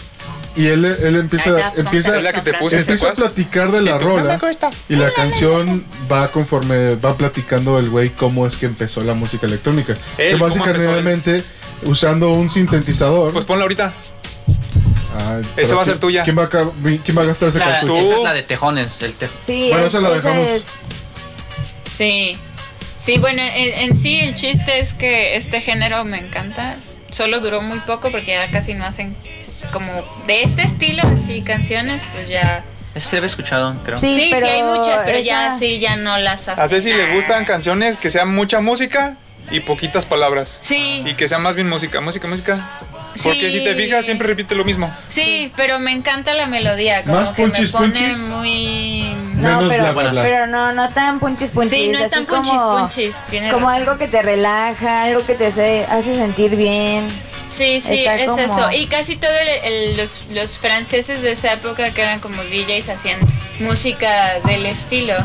Speaker 3: y él, él
Speaker 5: Ay,
Speaker 3: empieza,
Speaker 5: Daft Punk
Speaker 3: empieza,
Speaker 5: también
Speaker 6: Es la que te
Speaker 5: son
Speaker 6: puse,
Speaker 5: franceses.
Speaker 3: empieza a
Speaker 6: acuerdas?
Speaker 3: platicar de la
Speaker 6: Y tú,
Speaker 3: rola
Speaker 6: "No me cuesta".
Speaker 3: y la canción va conforme va platicando el güey cómo es que empezó la música electrónica.
Speaker 6: Él,
Speaker 3: que
Speaker 6: ¿cómo
Speaker 3: básicamente usando un sintetizador.
Speaker 6: Pues ponla ahorita.
Speaker 3: Ah,
Speaker 6: esa
Speaker 3: pero
Speaker 6: va a ser
Speaker 3: ¿quién-
Speaker 6: tuya.
Speaker 3: ¿Quién va a, ca- quién va a gastar ese
Speaker 2: La-
Speaker 3: cartucho?
Speaker 2: Esa es
Speaker 6: Tú.
Speaker 2: la de Tejones. El te-
Speaker 4: Sí,
Speaker 3: Bueno,
Speaker 4: es-
Speaker 3: esa la
Speaker 4: esa
Speaker 3: dejamos.
Speaker 4: es.
Speaker 5: Sí. Sí, bueno, en, en sí el chiste es que este género me encanta. Solo duró muy poco porque ya casi no hacen como de este estilo así canciones, pues ya.
Speaker 2: Ese se había escuchado, creo.
Speaker 4: Sí,
Speaker 5: Sí, sí,
Speaker 4: pero
Speaker 5: hay muchas, pero ya
Speaker 4: esa-
Speaker 5: sí, ya no las hacen.
Speaker 6: A Ceci le gustan canciones que sean mucha música y poquitas palabras.
Speaker 5: Sí,
Speaker 6: Y que sea más bien música, música, música.
Speaker 5: sí.
Speaker 6: Porque si te fijas, siempre repite lo mismo.
Speaker 5: Sí, pero me encanta la melodía. Como
Speaker 3: Más
Speaker 5: que
Speaker 3: punchis,
Speaker 5: me pone
Speaker 3: punchis.
Speaker 5: muy.
Speaker 4: No,
Speaker 3: Menos
Speaker 4: pero,
Speaker 3: bla, bla, bla.
Speaker 4: pero no, no tan punchis punchis.
Speaker 5: Sí, no es tan
Speaker 4: así como-
Speaker 5: punchis, punchis. tienes
Speaker 4: Como
Speaker 5: razón.
Speaker 4: algo que te relaja, algo que te hace, hace sentir bien.
Speaker 5: Sí, sí,
Speaker 4: Está
Speaker 5: es
Speaker 4: como-
Speaker 5: eso. Y casi todos los, los franceses de esa época que eran como DJs hacían música del estilo.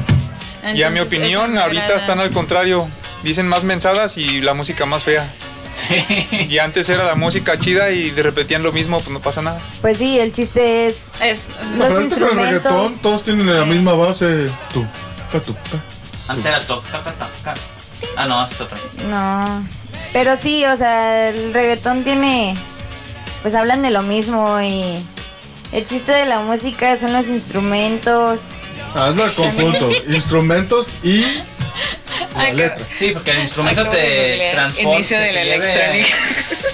Speaker 6: y a
Speaker 5: Entonces,
Speaker 6: mi
Speaker 5: eso
Speaker 6: opinión,
Speaker 5: me
Speaker 6: ahorita
Speaker 5: agrada.
Speaker 6: están al contrario. Dicen más mensadas y la música más fea.
Speaker 2: Sí.
Speaker 6: Y antes era la música chida y de repetían lo mismo, pues no pasa nada.
Speaker 4: Pues sí, el chiste es
Speaker 5: Es-
Speaker 3: No,
Speaker 4: Los
Speaker 3: pero ahorita con el
Speaker 4: instrumentos.
Speaker 3: reggaetón todos tienen la misma base. Tú, pa, tú, pa.
Speaker 2: Antes era toc, tac, tac, tac. Ah, no, esta otra.
Speaker 4: No. Pero sí, o sea, el reggaetón tiene. Pues hablan de lo mismo y. El chiste de la música son los instrumentos.
Speaker 3: Hazla conjunto. instrumentos y la
Speaker 5: Ay, qué-
Speaker 3: letra.
Speaker 2: Sí, porque el instrumento
Speaker 5: Acabo de
Speaker 2: te
Speaker 5: googlear.
Speaker 2: transporta.
Speaker 5: Inicio de
Speaker 2: te
Speaker 5: la
Speaker 2: lleve
Speaker 5: electrónica.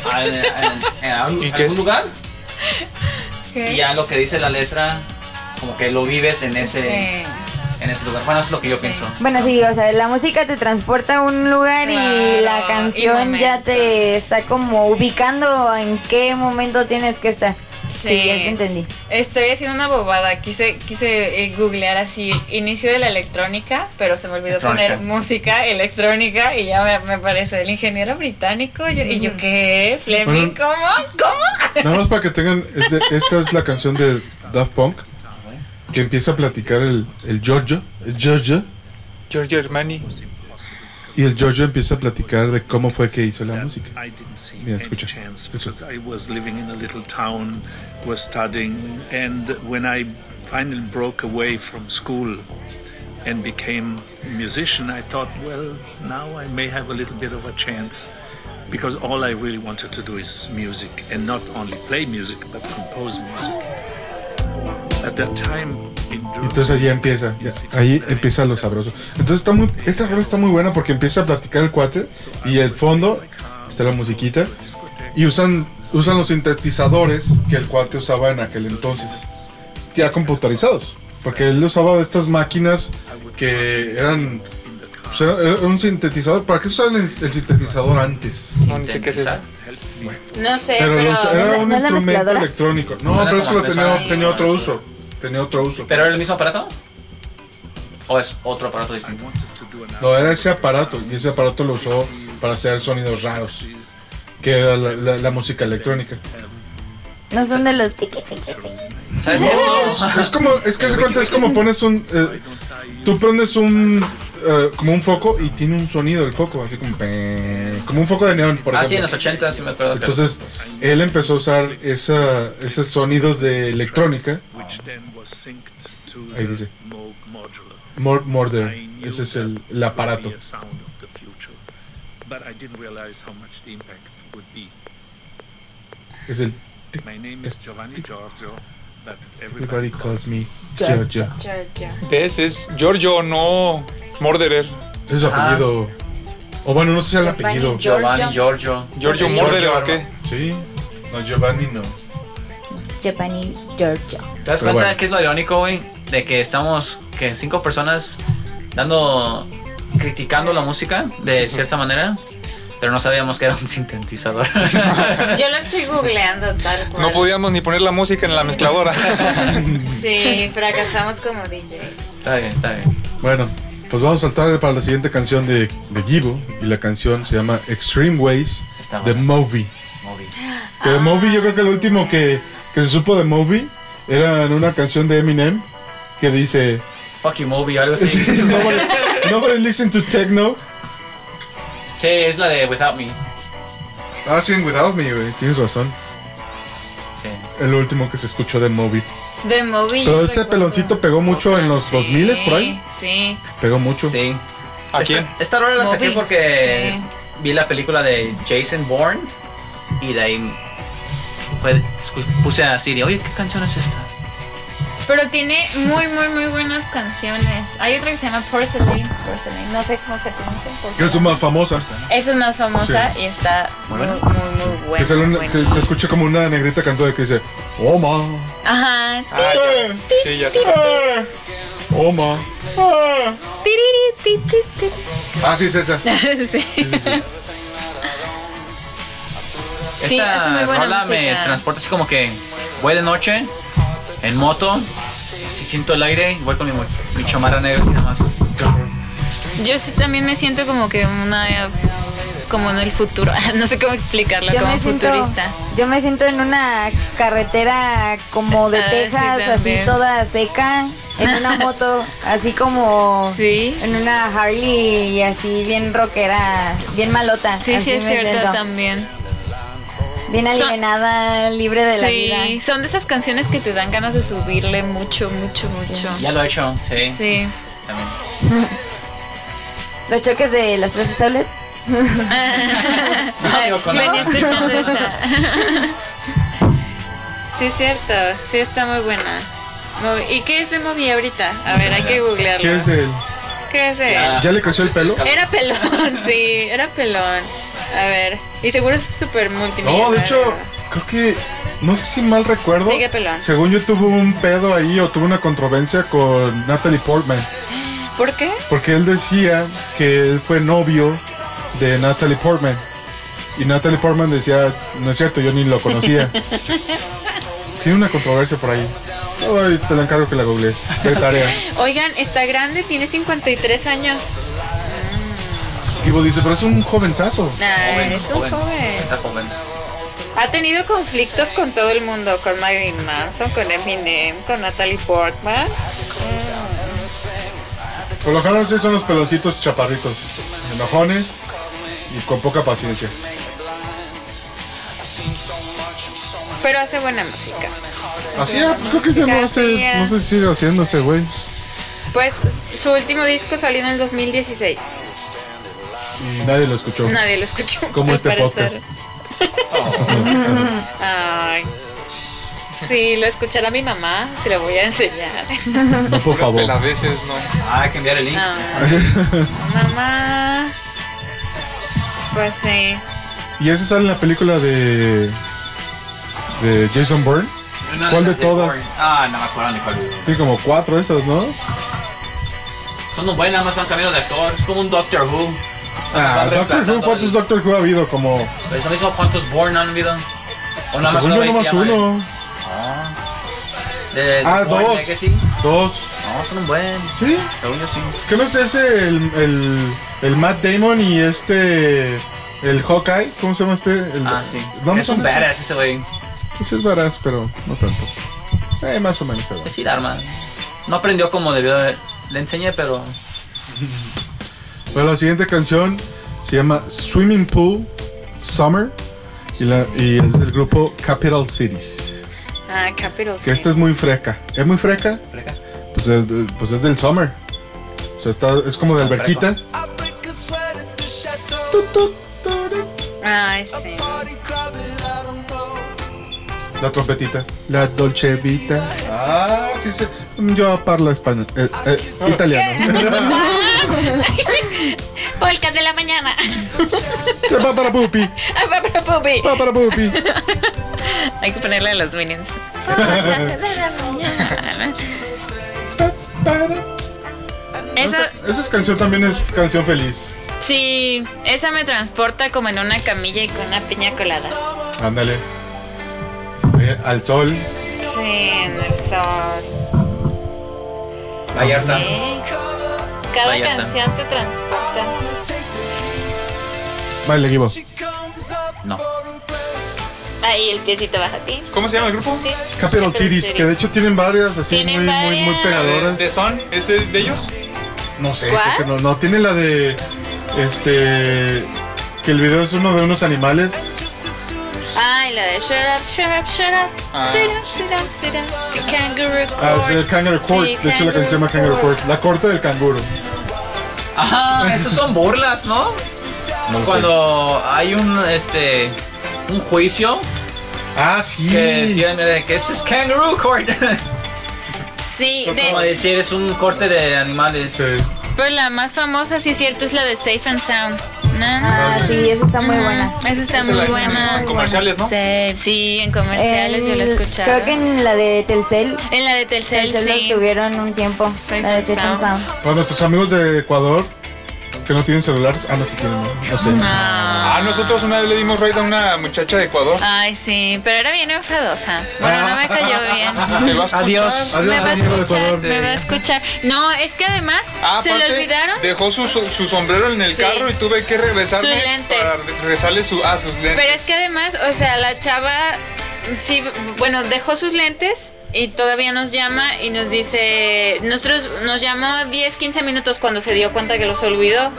Speaker 2: a- a- a- a- a- a-
Speaker 6: ¿Y qué
Speaker 2: algún
Speaker 6: es?
Speaker 2: lugar
Speaker 5: ¿qué?
Speaker 2: y ya lo que dice la letra, como que lo vives en ese,
Speaker 5: Sí.
Speaker 2: en ese lugar. Bueno, es lo que yo pienso.
Speaker 4: Bueno, sí, o sea, la música te transporta a un lugar y
Speaker 5: Claro,
Speaker 4: la canción
Speaker 5: y
Speaker 4: ya te está como ubicando en qué momento tienes que estar.
Speaker 5: Sí.
Speaker 4: Sí, ya te entendí.
Speaker 5: Estoy haciendo una bobada. Quise, quise eh, googlear así inicio de la electrónica, pero se me olvidó
Speaker 2: Electrónica.
Speaker 5: poner música electrónica y ya me, me aparece el ingeniero británico. Yo- y yo, ¿qué?
Speaker 3: Bueno.
Speaker 5: ¿Fleming? ¿Cómo? ¿Cómo?
Speaker 3: Nada más para que tengan, es de- esta es la canción de Daft Punk que empieza a platicar el, el Giorgio, el Giorgio,
Speaker 6: Giorgio Armani.
Speaker 3: y el Giorgio empieza a platicar de cómo fue que hizo la
Speaker 8: that
Speaker 3: música.
Speaker 8: I didn't see
Speaker 3: Mira,
Speaker 8: any
Speaker 3: escucha.
Speaker 8: chance
Speaker 3: Eso.
Speaker 8: because I was living in a little town, was studying, and when I finally broke away from school and became a musician, I thought, well, now I may have a little bit of a chance because all I really wanted to do is music and not only play music but compose music. At that time in
Speaker 3: Y Entonces allí empieza, ya, ahí empieza lo sabroso. Entonces está muy, esta rola está muy buena porque empieza a platicar el cuate y el fondo está la musiquita y usan, usan los sintetizadores que el cuate usaba en aquel entonces, ya computarizados, porque él usaba de estas máquinas que eran, pues, era, era un sintetizador. ¿Para qué usaban el, el sintetizador antes?
Speaker 6: No, ni sé qué es eso.
Speaker 5: No sé,
Speaker 3: Pero,
Speaker 5: pero.
Speaker 3: los-
Speaker 4: Eh,
Speaker 3: eh,
Speaker 4: ¿No
Speaker 3: era
Speaker 4: es
Speaker 3: un
Speaker 4: la
Speaker 3: instrumento
Speaker 4: mezcladora?
Speaker 3: electrónico. No,
Speaker 2: Suena
Speaker 3: pero eso
Speaker 2: como
Speaker 3: lo tenía,
Speaker 2: empezaba.
Speaker 3: tenía otro uso. Tenía otro uso.
Speaker 2: ¿Pero era el mismo aparato? ¿O es otro aparato distinto?
Speaker 3: No, era ese aparato, y ese aparato lo usó para hacer sonidos raros, que era la, la- la música electrónica.
Speaker 4: No son de los tiqui tiqui tiqui.
Speaker 2: ¿Sabes qué es
Speaker 3: Es como, es que se cuenta, es como pones un, eh, tú prendes un, eh, como un foco y tiene un sonido el foco, así como, pe- como un foco de neón, por
Speaker 2: Ah, sí, en los
Speaker 3: ejemplo.
Speaker 2: 80 sí me acuerdo. que-
Speaker 3: Entonces, él empezó a usar esa, esos sonidos de electrónica,
Speaker 8: which then was synced to
Speaker 3: Ahí
Speaker 8: the
Speaker 3: dice.
Speaker 8: Moog modular.
Speaker 3: Mor- Murder,
Speaker 8: I knew
Speaker 3: ese es
Speaker 8: that
Speaker 3: el,
Speaker 8: would
Speaker 3: el
Speaker 8: be
Speaker 3: aparato.
Speaker 8: a sound of the future, but I didn't realize how much the impact would be.
Speaker 3: Es el
Speaker 8: My name is Giovanni Giorgio, but
Speaker 3: Everybody
Speaker 8: everybody
Speaker 3: Calls Me Giorgio.
Speaker 6: ¿Ves? Es Giorgio, no Murderer.
Speaker 3: Ese Es su
Speaker 2: Ah.
Speaker 3: apellido. O bueno, no sé si es el
Speaker 4: Giovanni
Speaker 3: apellido.
Speaker 2: Giovanni, Giorgio.
Speaker 6: Giorgio
Speaker 2: Sí,
Speaker 6: Murderer, ¿o
Speaker 2: Giorgio,
Speaker 6: qué?
Speaker 2: hermano.
Speaker 3: Sí. No, Giovanni no.
Speaker 4: Japani Giorgio.
Speaker 2: ¿Te das cuenta
Speaker 3: Pero bueno.
Speaker 2: que es lo irónico, güey? De que estamos, que cinco personas dando, criticando la música de cierta manera, pero no sabíamos que era un sintetizador.
Speaker 5: Yo lo estoy googleando tal cual.
Speaker 6: No podíamos ni poner la música en la mezcladora.
Speaker 5: Sí, fracasamos como DJs.
Speaker 2: está bien, está bien.
Speaker 3: Bueno, pues vamos a saltar para la siguiente canción de, de Gibo. Y la canción se llama Extreme Ways
Speaker 2: Está
Speaker 3: de
Speaker 2: bueno.
Speaker 3: Moby.
Speaker 2: Moby.
Speaker 3: Que de Moby, yo creo que lo último que, que se supo de Moby era en una canción de Eminem que dice:
Speaker 2: Fuck you, Moby, algo así.
Speaker 3: Sí,
Speaker 2: Sí,
Speaker 3: nobody, nobody listen to techno.
Speaker 2: es la de Without Me.
Speaker 3: Ah, sí, en Without Me, güey. Tienes razón.
Speaker 2: Sí.
Speaker 3: El último que se escuchó de Moby.
Speaker 5: De móvil.
Speaker 3: Pero
Speaker 5: yo
Speaker 3: este
Speaker 5: recuerdo.
Speaker 3: peloncito pegó mucho en los
Speaker 5: Sí,
Speaker 3: 2000 por ahí.
Speaker 5: Sí.
Speaker 3: Pegó mucho.
Speaker 2: Sí.
Speaker 6: ¿A quién?
Speaker 2: Esta, esta rola la saqué
Speaker 5: Moby,
Speaker 2: porque vi la película de Jason Bourne y de ahí fue- escu- puse a Siri, oye, ¿qué canción es esta?
Speaker 5: Pero tiene muy, muy, muy buenas canciones. Hay otra que se llama Porcelain. Porcelain. No sé cómo se pronuncia.
Speaker 4: pues.
Speaker 3: Que es su
Speaker 5: Porcelain.
Speaker 3: más famosa.
Speaker 5: Esa es más famosa y está muy, muy, muy buena.
Speaker 3: Que, sale una- que
Speaker 5: buena.
Speaker 3: se escucha como una negrita cantando que dice, Oma,
Speaker 5: Ajá.
Speaker 6: Ah, sí, ya sé.
Speaker 3: eh, Oma. eh". Ah, sí, es esa. Sí,
Speaker 5: sí.
Speaker 3: sí, sí.
Speaker 5: Sí,
Speaker 2: Esta
Speaker 5: es muy buena
Speaker 2: rola me
Speaker 5: música.
Speaker 2: transporta así como que voy de noche en moto, si siento el aire, voy con mi, mo- mi chamarra negra y nada más.
Speaker 5: Yo sí también me siento como que una. Como en el futuro. No sé cómo explicarlo.
Speaker 4: Yo
Speaker 5: como
Speaker 4: me siento,
Speaker 5: futurista.
Speaker 4: yo me siento en una carretera como de
Speaker 5: Ah, sí,
Speaker 4: Texas, así
Speaker 5: también.
Speaker 4: toda seca, en una moto, así como
Speaker 5: Sí.
Speaker 4: en una Harley y así bien rockera, bien malota.
Speaker 5: Sí,
Speaker 4: así
Speaker 5: sí, es
Speaker 4: me
Speaker 5: cierto
Speaker 4: siento.
Speaker 5: también.
Speaker 4: Bien alienada, libre de la vida.
Speaker 5: Sí, son de esas canciones que te dan ganas de subirle mucho, mucho, mucho.
Speaker 2: Ya lo he hecho, sí.
Speaker 5: Sí.
Speaker 2: También.
Speaker 4: Los choques de las plazas outlet.
Speaker 2: No, digo, con la-
Speaker 5: Venía escuchando esa. sí, es cierto. Sí, está muy buena. Movi- ¿Y qué es de Movi ahorita? A ver, hay que googlearlo.
Speaker 3: ¿Qué es el?
Speaker 5: ¿Qué es de
Speaker 2: Ya.
Speaker 5: él?
Speaker 3: ¿Ya le creció el pelo?
Speaker 5: Era pelón, sí, era pelón. A ver, y seguro es súper multimillonario.
Speaker 3: No, de hecho, creo que, no sé si mal recuerdo.
Speaker 5: Sigue pelón.
Speaker 3: Según yo tuvo un pedo ahí o tuvo una controversia con Natalie Portman.
Speaker 5: ¿Por qué?
Speaker 3: Porque él decía que él fue novio de Natalie Portman. Y Natalie Portman decía, no es cierto, yo ni lo conocía. Tiene una controversia por ahí. Ay, te la encargo que la googlees. De tarea.
Speaker 5: Oigan, está grande, tiene 53 años.
Speaker 3: Kibo dice, pero es un jovenzazo.
Speaker 5: Nah, es un joven.
Speaker 2: Está joven.
Speaker 5: Ha tenido conflictos con todo el mundo, con Marilyn Manson, con Eminem, con Natalie Portman.
Speaker 3: Por lo general sí son los peloncitos chaparritos. Enojones y con poca paciencia.
Speaker 5: Pero hace buena música.
Speaker 3: Así es, pues, creo que ya no sé, no sé si sigue haciéndose, güey.
Speaker 5: Pues su último disco salió en el 2016.
Speaker 3: Y nadie lo escuchó.
Speaker 5: Nadie lo escuchó.
Speaker 3: Como
Speaker 5: al
Speaker 3: este
Speaker 5: parecer.
Speaker 3: podcast.
Speaker 5: Ay. Sí, lo escuchará mi mamá, se lo voy a enseñar.
Speaker 3: No, por
Speaker 6: Puras
Speaker 3: favor.
Speaker 6: peladeces, no.
Speaker 2: Ah, hay que enviar el link.
Speaker 5: Ay, mamá. Pues sí.
Speaker 3: Y eso sale en la película de. de Jason Bourne. ¿Cuál de todas?
Speaker 2: Ah, no me acuerdo ni cuál.
Speaker 3: Tiene como cuatro esas, ¿no?
Speaker 2: Son muy buenas, más han cambiado de actor. Es como un Doctor Who.
Speaker 3: Ah,
Speaker 2: Van
Speaker 3: Doctor Who,
Speaker 2: reemplazando
Speaker 3: ¿cuántos
Speaker 2: el-
Speaker 3: Doctor Who ha habido? Como.
Speaker 2: Pues son mismo cuántos Born han habido. O nada más
Speaker 3: según yo,
Speaker 2: y
Speaker 3: nomás
Speaker 2: se llama él.
Speaker 3: uno.
Speaker 2: Ah. De-
Speaker 3: Ah,
Speaker 2: de Born
Speaker 3: dos.
Speaker 2: Legacy.
Speaker 3: Dos.
Speaker 2: No, son un buen.
Speaker 3: ¿Sí?
Speaker 2: Según yo sí.
Speaker 3: ¿Qué no es ese? El, el, el Matt Damon y este. El Hawkeye, ¿cómo se llama este? El-
Speaker 2: Ah, sí.
Speaker 3: ¿Dónde
Speaker 2: es
Speaker 3: son
Speaker 2: un
Speaker 3: esos?
Speaker 2: badass ese güey.
Speaker 3: Pues es varaz, pero no tanto. Eh, más o menos se va.
Speaker 2: Pues sí, Dharma. No aprendió como debió de... Le enseñé, pero...
Speaker 3: Bueno, la siguiente canción se llama Swimming Pool Summer y, la- y es del grupo Capital Cities.
Speaker 5: Ah, Capital
Speaker 3: Que esta es muy fresca. ¿Es muy fresca?
Speaker 2: Freca.
Speaker 3: Pues es, de- pues es del Summer. O sea, está, es como de
Speaker 2: Está
Speaker 3: alberquita.
Speaker 5: Ay, sí.
Speaker 3: La trompetita. La Dolce Vita. Ah, sí, sí. Yo parlo español. eh, eh, italiano.
Speaker 5: Polka de la mañana. Ah,
Speaker 3: Pa para pupi.
Speaker 5: Ay, papá, papi.
Speaker 3: pa para pupi.
Speaker 5: Hay que ponerle a los minions.
Speaker 3: Pa para-
Speaker 5: Eso,
Speaker 3: Esa, esa es canción también es canción feliz.
Speaker 5: sí, esa me transporta como en una camilla y con una piña colada.
Speaker 3: Ándale. Eh, Al sol.
Speaker 5: Sí, en el sol.
Speaker 3: Ah,
Speaker 2: Vallarta.
Speaker 5: Sí. Cada
Speaker 2: Vallarta.
Speaker 5: canción te transporta.
Speaker 3: Vale, Gibo.
Speaker 2: No.
Speaker 5: Ahí el piecito baja a ti.
Speaker 6: ¿Cómo se llama el grupo?
Speaker 5: ti.
Speaker 3: Capital Cities, que de hecho tienen varias así
Speaker 5: Tienen
Speaker 3: muy, muy, muy
Speaker 5: varias.
Speaker 6: ¿De,
Speaker 3: pegadoras.
Speaker 6: de Son? ¿Es de, de ellos?
Speaker 3: No sé,
Speaker 5: ¿Cuál?
Speaker 3: creo que no. No, tiene la de. Este. Que el video es uno de unos animales.
Speaker 5: Ay, la de Shut Up, Shut Up, Shut Up. Sit up, sit up, sit up. Kangaroo
Speaker 3: Ah, es el
Speaker 5: court.
Speaker 3: Kangaroo Court.
Speaker 5: Sí,
Speaker 3: de hecho, la canción se llama
Speaker 5: Kangaroo
Speaker 3: Kangaroo Court. La corte del canguro.
Speaker 2: Ajá, esos son burlas, ¿no?
Speaker 3: No lo sé.
Speaker 2: Cuando hay un, este... Un juicio
Speaker 3: Ah, sí.
Speaker 2: que tiene de que ese es kangaroo court.
Speaker 5: Sí,
Speaker 2: Como
Speaker 5: de,
Speaker 2: decir, es un corte de animales.
Speaker 3: Sí.
Speaker 5: pero la más famosa, sí es cierto, es la de Safe and Sound. No, no.
Speaker 4: Ah, sí, esa está muy buena.
Speaker 5: Esa está
Speaker 6: Esa la
Speaker 5: muy
Speaker 6: hicieron
Speaker 5: buena.
Speaker 6: En comerciales, ¿no?
Speaker 5: Safe, sí, en comerciales yo la
Speaker 4: El-
Speaker 5: escuchaba.
Speaker 4: Creo que en la de Telcel,
Speaker 5: en la de Telcel,
Speaker 4: Telcel los
Speaker 5: sí.
Speaker 4: tuvieron un tiempo.
Speaker 5: Safe
Speaker 4: La de Safe and
Speaker 5: Sound.
Speaker 4: Sound.
Speaker 3: Para nuestros amigos de Ecuador que no tienen celulares. Ah, no, sí tienen. No, No sé.
Speaker 5: Ah.
Speaker 6: Ah, nosotros una vez le dimos raid a una muchacha de Ecuador.
Speaker 5: Ay, sí, pero era bien enfadosa. Bueno, no me cayó bien.
Speaker 6: Te vas a
Speaker 2: Adiós.
Speaker 6: escuchar.
Speaker 5: Me
Speaker 3: Adiós,
Speaker 5: va a
Speaker 3: amigo de
Speaker 5: escuchar,
Speaker 3: Ecuador.
Speaker 5: me va a escuchar. No, es que además
Speaker 6: Ah,
Speaker 5: se le
Speaker 6: aparte,
Speaker 5: olvidaron
Speaker 6: Dejó su, su, su sombrero en el
Speaker 5: Sí.
Speaker 6: carro y tuve que regresarle
Speaker 5: Sus lentes.
Speaker 6: para regresarle su, ah, sus lentes.
Speaker 5: Pero es que además, o sea, la chava, sí, bueno, dejó sus lentes y todavía nos llama y nos dice, nosotros nos llamó 10, 15 minutos cuando se dio cuenta que los olvidó.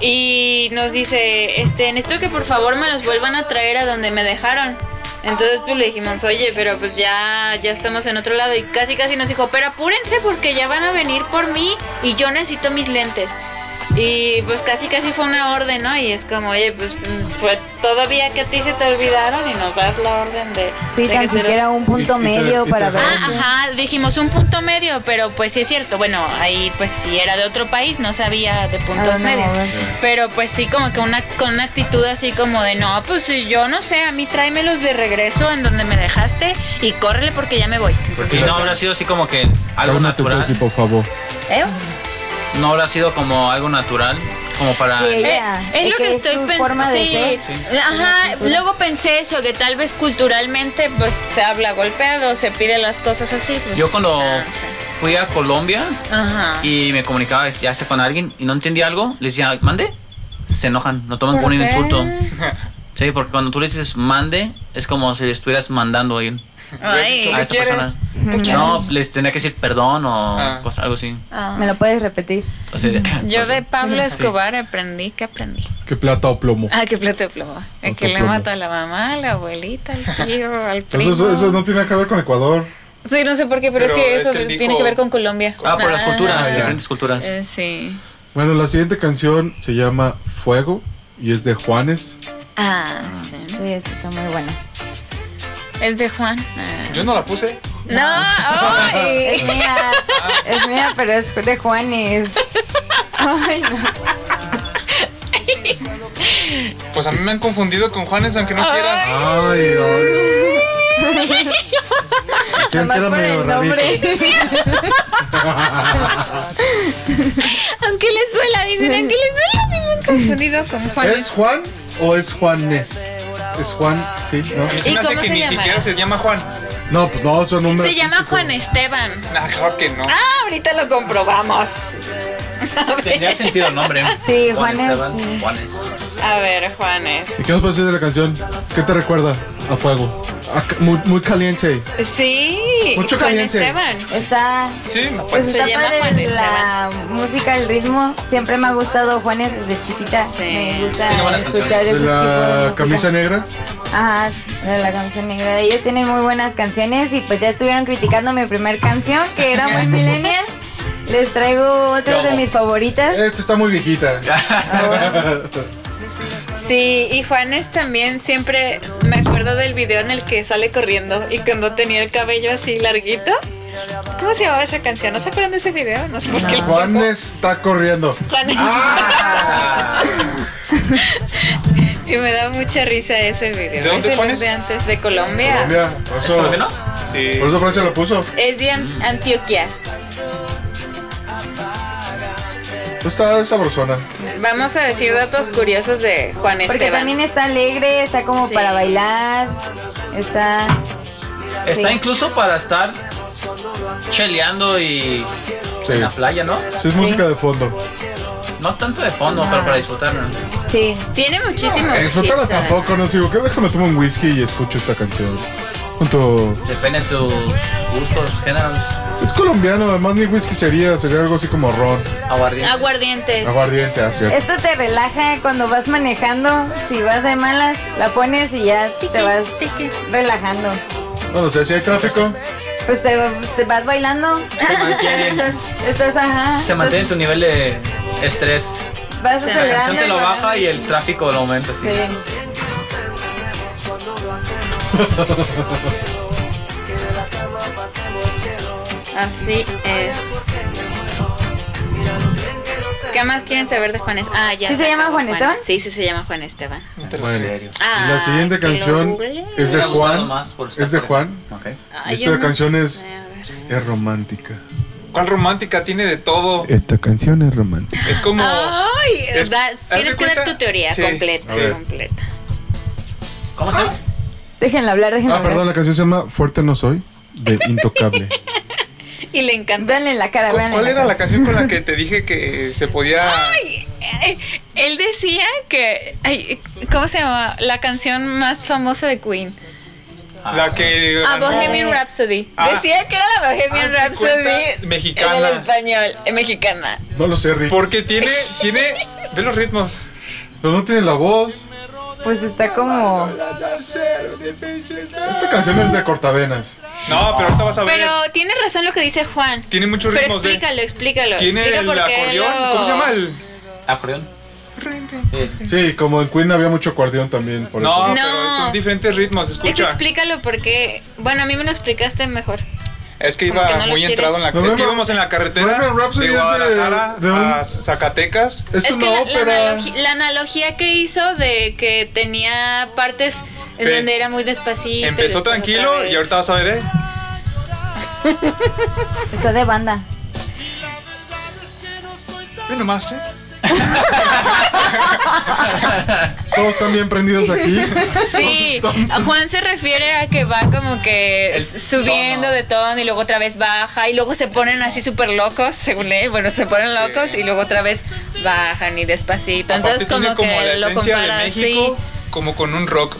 Speaker 5: Y nos dice, este, necesito que por favor me los vuelvan a traer a donde me dejaron. Entonces pues le dijimos, oye, pero pues ya, ya estamos en otro lado. Y casi casi nos dijo, pero apúrense porque ya van a venir por mí y yo necesito mis lentes. Y pues casi casi fue una orden, ¿no? Y es como, oye, pues mm, fue todavía que a ti se te olvidaron y nos das la orden de...
Speaker 4: Sí,
Speaker 5: de
Speaker 4: tan
Speaker 5: que te los-
Speaker 4: siquiera un punto
Speaker 3: Y- y te-
Speaker 4: medio
Speaker 3: y te-
Speaker 4: para ver.
Speaker 5: Ah, ajá, dijimos un punto medio, pero pues sí es cierto. Bueno, ahí pues si era de otro país, no sabía de puntos
Speaker 4: dónde
Speaker 5: medios.
Speaker 4: moverse.
Speaker 5: Pero pues sí, como que una, con una actitud así como de no, pues si yo no sé, a mí tráemelos de regreso en donde me dejaste y córrele porque ya me voy. Entonces,
Speaker 2: Si Pues no habrá sido así como que algo
Speaker 3: Cálmate,
Speaker 2: natural.
Speaker 3: Ceci, por favor.
Speaker 5: ¿eh?
Speaker 2: No habrá sido como algo natural. como para...
Speaker 4: Que
Speaker 5: Eh,
Speaker 4: ella,
Speaker 5: es
Speaker 4: de
Speaker 5: lo que,
Speaker 4: es
Speaker 5: estoy
Speaker 4: su
Speaker 5: pensando.
Speaker 4: forma de ser.
Speaker 5: Ajá, luego pensé eso, que tal vez culturalmente pues se habla golpeado, se pide las cosas así. pues,
Speaker 2: Yo cuando
Speaker 5: chance.
Speaker 2: fui a Colombia
Speaker 5: Ajá.
Speaker 2: y me comunicaba ya sea con alguien y no entendía algo, les decía, mande, se enojan, no toman
Speaker 5: ¿Por
Speaker 2: como un
Speaker 5: qué?
Speaker 2: insulto. Sí, porque cuando tú le dices mande, es como si le estuvieras mandando a alguien.
Speaker 5: Ay.
Speaker 6: ¿Qué
Speaker 2: a esa
Speaker 6: quieres?
Speaker 2: persona. No, les tendría que decir perdón o
Speaker 6: Ah.
Speaker 2: cosa- algo así.
Speaker 5: Ah.
Speaker 4: ¿Me lo puedes repetir?
Speaker 2: O sea,
Speaker 5: Yo de
Speaker 2: perdón.
Speaker 5: Pablo Escobar aprendí que aprendí.
Speaker 3: ¿Qué plata o plomo?
Speaker 5: Ah, que plato de plomo. El
Speaker 3: Plato
Speaker 5: que
Speaker 3: de
Speaker 5: le
Speaker 3: plomo.
Speaker 5: mató a la mamá, a la abuelita, al tío, al
Speaker 3: Pero
Speaker 5: primo.
Speaker 3: Eso, eso no tiene nada que ver con Ecuador.
Speaker 5: Sí, no sé por qué, pero,
Speaker 6: Pero
Speaker 5: es que
Speaker 6: es
Speaker 5: eso
Speaker 6: que él
Speaker 5: tiene
Speaker 6: dijo-
Speaker 5: que ver con Colombia.
Speaker 2: Ah, por las culturas,
Speaker 5: Ah,
Speaker 3: ya.
Speaker 2: diferentes culturas.
Speaker 5: eh, sí.
Speaker 3: Bueno, la siguiente canción se llama Fuego y es de Juanes.
Speaker 5: Ah, sí.
Speaker 4: Sí, esta está muy buena.
Speaker 5: Es de Juan. Ah.
Speaker 6: Yo no la puse.
Speaker 5: No, ay.
Speaker 4: Es mía, es mía, pero es de Juanes. Ay, no.
Speaker 6: Pues a mí me han confundido con Juanes, aunque no quieras.
Speaker 3: Ay, ay. Decían
Speaker 4: Nomás
Speaker 3: que era
Speaker 4: por
Speaker 3: medio
Speaker 4: el nombre.
Speaker 3: rarito.
Speaker 5: Aunque le suela, dicen, aunque le suela, a mí me han confundido con Juan.
Speaker 3: ¿Es Juan o es Juanes? Es Juan, sí,
Speaker 6: A mí
Speaker 3: ¿no?
Speaker 6: se
Speaker 5: ¿Y
Speaker 6: me hace
Speaker 5: cómo
Speaker 6: que
Speaker 5: se
Speaker 6: ni
Speaker 5: llama?
Speaker 6: siquiera se llama Juan.
Speaker 3: No, pues no, son nombres.
Speaker 5: Se llama
Speaker 3: artísticos.
Speaker 5: Juan Esteban.
Speaker 6: Nah, claro que no.
Speaker 5: Ah, ahorita lo comprobamos.
Speaker 2: Tendría sentido el nombre.
Speaker 4: Sí, Juanes,
Speaker 2: Esteban,
Speaker 4: sí.
Speaker 2: Juanes.
Speaker 5: A ver, Juanes.
Speaker 3: ¿Y qué nos puedes decir de la canción? ¿Qué te recuerda a Fuego? A ca- muy, muy caliente.
Speaker 5: Sí,
Speaker 3: Mucho
Speaker 5: Juan
Speaker 3: caliente.
Speaker 5: Esteban.
Speaker 4: Está,
Speaker 6: Sí, no
Speaker 4: pues
Speaker 6: puede.
Speaker 5: Se
Speaker 4: está
Speaker 5: llama
Speaker 4: padre
Speaker 5: Juanes,
Speaker 4: la música, el ritmo. Siempre me ha gustado Juanes desde chiquita.
Speaker 5: Sí.
Speaker 4: Me gusta
Speaker 2: Tiene buenas
Speaker 4: escuchar
Speaker 3: De
Speaker 4: ese
Speaker 3: la
Speaker 4: tipo de música.
Speaker 3: camisa negra.
Speaker 4: Ajá, de la camisa negra. Ellos tienen muy buenas canciones y pues ya estuvieron criticando mi primer canción, que era muy millennial. Les traigo otras de
Speaker 2: ¿Cómo?
Speaker 4: mis favoritas.
Speaker 3: Esta está muy viejita.
Speaker 5: Sí, y Juanes también siempre me acuerdo del video en el que sale corriendo y cuando tenía el cabello así larguito. ¿Cómo se llamaba esa canción? ¿No se acuerdan de ese video? No sé por qué.
Speaker 3: Juan está corriendo.
Speaker 5: Juanes. y me da mucha risa ese video.
Speaker 6: ¿De dónde es
Speaker 5: Ese
Speaker 6: Juanes?
Speaker 5: De antes de Colombia.
Speaker 3: Mira, por eso,
Speaker 2: ¿Por qué no?
Speaker 6: Sí.
Speaker 3: por eso Francia lo puso.
Speaker 5: Es de An- Antioquia.
Speaker 3: Pues está sabrosona.
Speaker 5: Vamos a decir datos curiosos de Juan
Speaker 4: Porque
Speaker 5: Esteban.
Speaker 4: también está alegre, está como
Speaker 5: Sí.
Speaker 4: para bailar, está...
Speaker 2: Está
Speaker 4: Sí.
Speaker 2: incluso para estar cheleando y
Speaker 3: Sí.
Speaker 2: en la playa, ¿no?
Speaker 3: Sí, es música de fondo.
Speaker 2: No tanto de fondo, pero para disfrutar. ¿no?
Speaker 4: Sí,
Speaker 5: Tiene muchísimos.
Speaker 3: Disfrutarla
Speaker 5: hits, además.
Speaker 3: tampoco, no sigo. Que déjame tomar un whisky y escucho esta canción. Junto.
Speaker 2: Depende de tus gustos, géneros,
Speaker 3: Es colombiano, además ni whisky sería, sería algo así como ron,
Speaker 2: aguardiente.
Speaker 5: Aguardiente.
Speaker 3: aguardiente, ah, hacia.
Speaker 4: esto te relaja cuando vas manejando, si vas de malas, la pones y ya te vas relajando.
Speaker 3: No lo sé, si hay tráfico.
Speaker 4: Pues te, te vas bailando.
Speaker 2: mantiene.
Speaker 4: estás, estás, ajá.
Speaker 2: Se
Speaker 4: estás-
Speaker 2: mantiene tu nivel de estrés. La
Speaker 4: Vas
Speaker 2: canción
Speaker 4: acelerando.
Speaker 2: te lo
Speaker 4: y
Speaker 2: baja
Speaker 4: bailando.
Speaker 2: y el tráfico lo aumenta. Sí.
Speaker 4: Sí.
Speaker 5: Así es. ¿Qué más quieren saber de Juanes? Ah, ya.
Speaker 4: ¿Sí se llama
Speaker 5: acabó
Speaker 4: Juan Esteban?
Speaker 5: Sí, sí se llama Juan Esteban.
Speaker 3: Bueno,
Speaker 5: Ah,
Speaker 3: la siguiente
Speaker 5: que lo
Speaker 3: canción
Speaker 5: googleé.
Speaker 3: es
Speaker 2: Me
Speaker 3: de
Speaker 2: ha gustado
Speaker 3: Juan.
Speaker 2: más por estar
Speaker 3: Es de
Speaker 2: cerca.
Speaker 3: Juan.
Speaker 2: Ok.
Speaker 5: Ay,
Speaker 3: Esta
Speaker 5: yo no
Speaker 3: canción es-
Speaker 5: sé, a ver.
Speaker 3: Es romántica.
Speaker 6: ¿Cuál romántica tiene de todo?
Speaker 3: Esta canción es romántica.
Speaker 6: Es como.
Speaker 5: Ay,
Speaker 6: Es-
Speaker 5: da-
Speaker 6: ¿haz de
Speaker 5: tienes que
Speaker 6: cuenta?
Speaker 5: dar tu teoría
Speaker 6: Sí.
Speaker 5: completa,
Speaker 3: A ver.
Speaker 5: completa.
Speaker 2: ¿Cómo se llama?
Speaker 4: Déjenla hablar, déjenla
Speaker 3: Ah,
Speaker 4: hablar.
Speaker 3: perdón, la canción se llama Fuerte no soy, de Intocable.
Speaker 5: Y le encanta.
Speaker 4: Véanle en la cara,
Speaker 6: ¿Cu-
Speaker 4: véanle.
Speaker 6: ¿Cuál
Speaker 4: en
Speaker 6: era la
Speaker 4: cara.
Speaker 6: canción con la que te dije que se podía.
Speaker 5: Eh, Él decía que, ay, ¿cómo se llama? La canción más famosa de Queen.
Speaker 6: La que.
Speaker 5: A
Speaker 6: ganó?
Speaker 5: Bohemian Rhapsody.
Speaker 6: Ah.
Speaker 5: Decía que era la Bohemian
Speaker 6: Hazte
Speaker 5: Rhapsody
Speaker 6: cuenta, mexicana.
Speaker 5: en el español, eh, mexicana.
Speaker 3: No lo sé, Rick.
Speaker 6: Porque tiene. tiene ve los ritmos.
Speaker 3: Pero no tiene la voz.
Speaker 4: Pues está como.
Speaker 3: Esta canción es de cortavenas.
Speaker 6: No, pero ahorita vas a ver.
Speaker 5: Pero tiene razón lo que dice Juan.
Speaker 6: tiene muchos
Speaker 5: Pero
Speaker 6: ritmos. ve.
Speaker 5: explícalo, explícalo.
Speaker 6: Tiene
Speaker 5: Explica
Speaker 6: el
Speaker 5: por qué
Speaker 6: acordeón.
Speaker 5: lo-
Speaker 6: ¿Cómo se llama el.?
Speaker 2: Acordeón. Sí.
Speaker 3: Sí, como en Queen había mucho acordeón también. Por
Speaker 6: No,
Speaker 3: eso.
Speaker 5: No.
Speaker 6: pero son diferentes ritmos.
Speaker 5: Es que
Speaker 6: Escucha.
Speaker 5: explícalo porque. Bueno, a mí me lo explicaste mejor.
Speaker 6: Es que
Speaker 5: Como
Speaker 6: iba
Speaker 5: que no lo
Speaker 6: muy entrado en la.
Speaker 3: quieres.
Speaker 6: Es que íbamos en la carretera
Speaker 3: Pues Bohemian Rhapsody
Speaker 6: de
Speaker 3: es de-
Speaker 6: Guadalajara
Speaker 3: de un-
Speaker 6: a Zacatecas.
Speaker 3: Es,
Speaker 5: Es que
Speaker 3: una
Speaker 5: la, la
Speaker 3: ópera.
Speaker 5: analogi- la analogía que hizo de que tenía partes en
Speaker 6: Ve.
Speaker 5: donde era muy despacito. y
Speaker 6: Empezó
Speaker 5: después otra
Speaker 6: tranquilo
Speaker 5: vez.
Speaker 6: y ahorita vas a ver, ¿eh?
Speaker 4: Está de banda.
Speaker 6: Ve nomás, ¿eh?
Speaker 3: Todos están bien prendidos aquí.
Speaker 5: Sí, Juan se refiere a que va como que
Speaker 2: El
Speaker 5: subiendo
Speaker 2: tono.
Speaker 5: de tono y luego otra vez baja y luego se ponen así súper locos, según él, bueno, se ponen locos y luego otra vez bajan y despacito.
Speaker 6: Aparte
Speaker 5: Entonces como
Speaker 6: tiene como la
Speaker 5: que lo
Speaker 6: esencia de
Speaker 5: compara así.
Speaker 6: México como con un rock.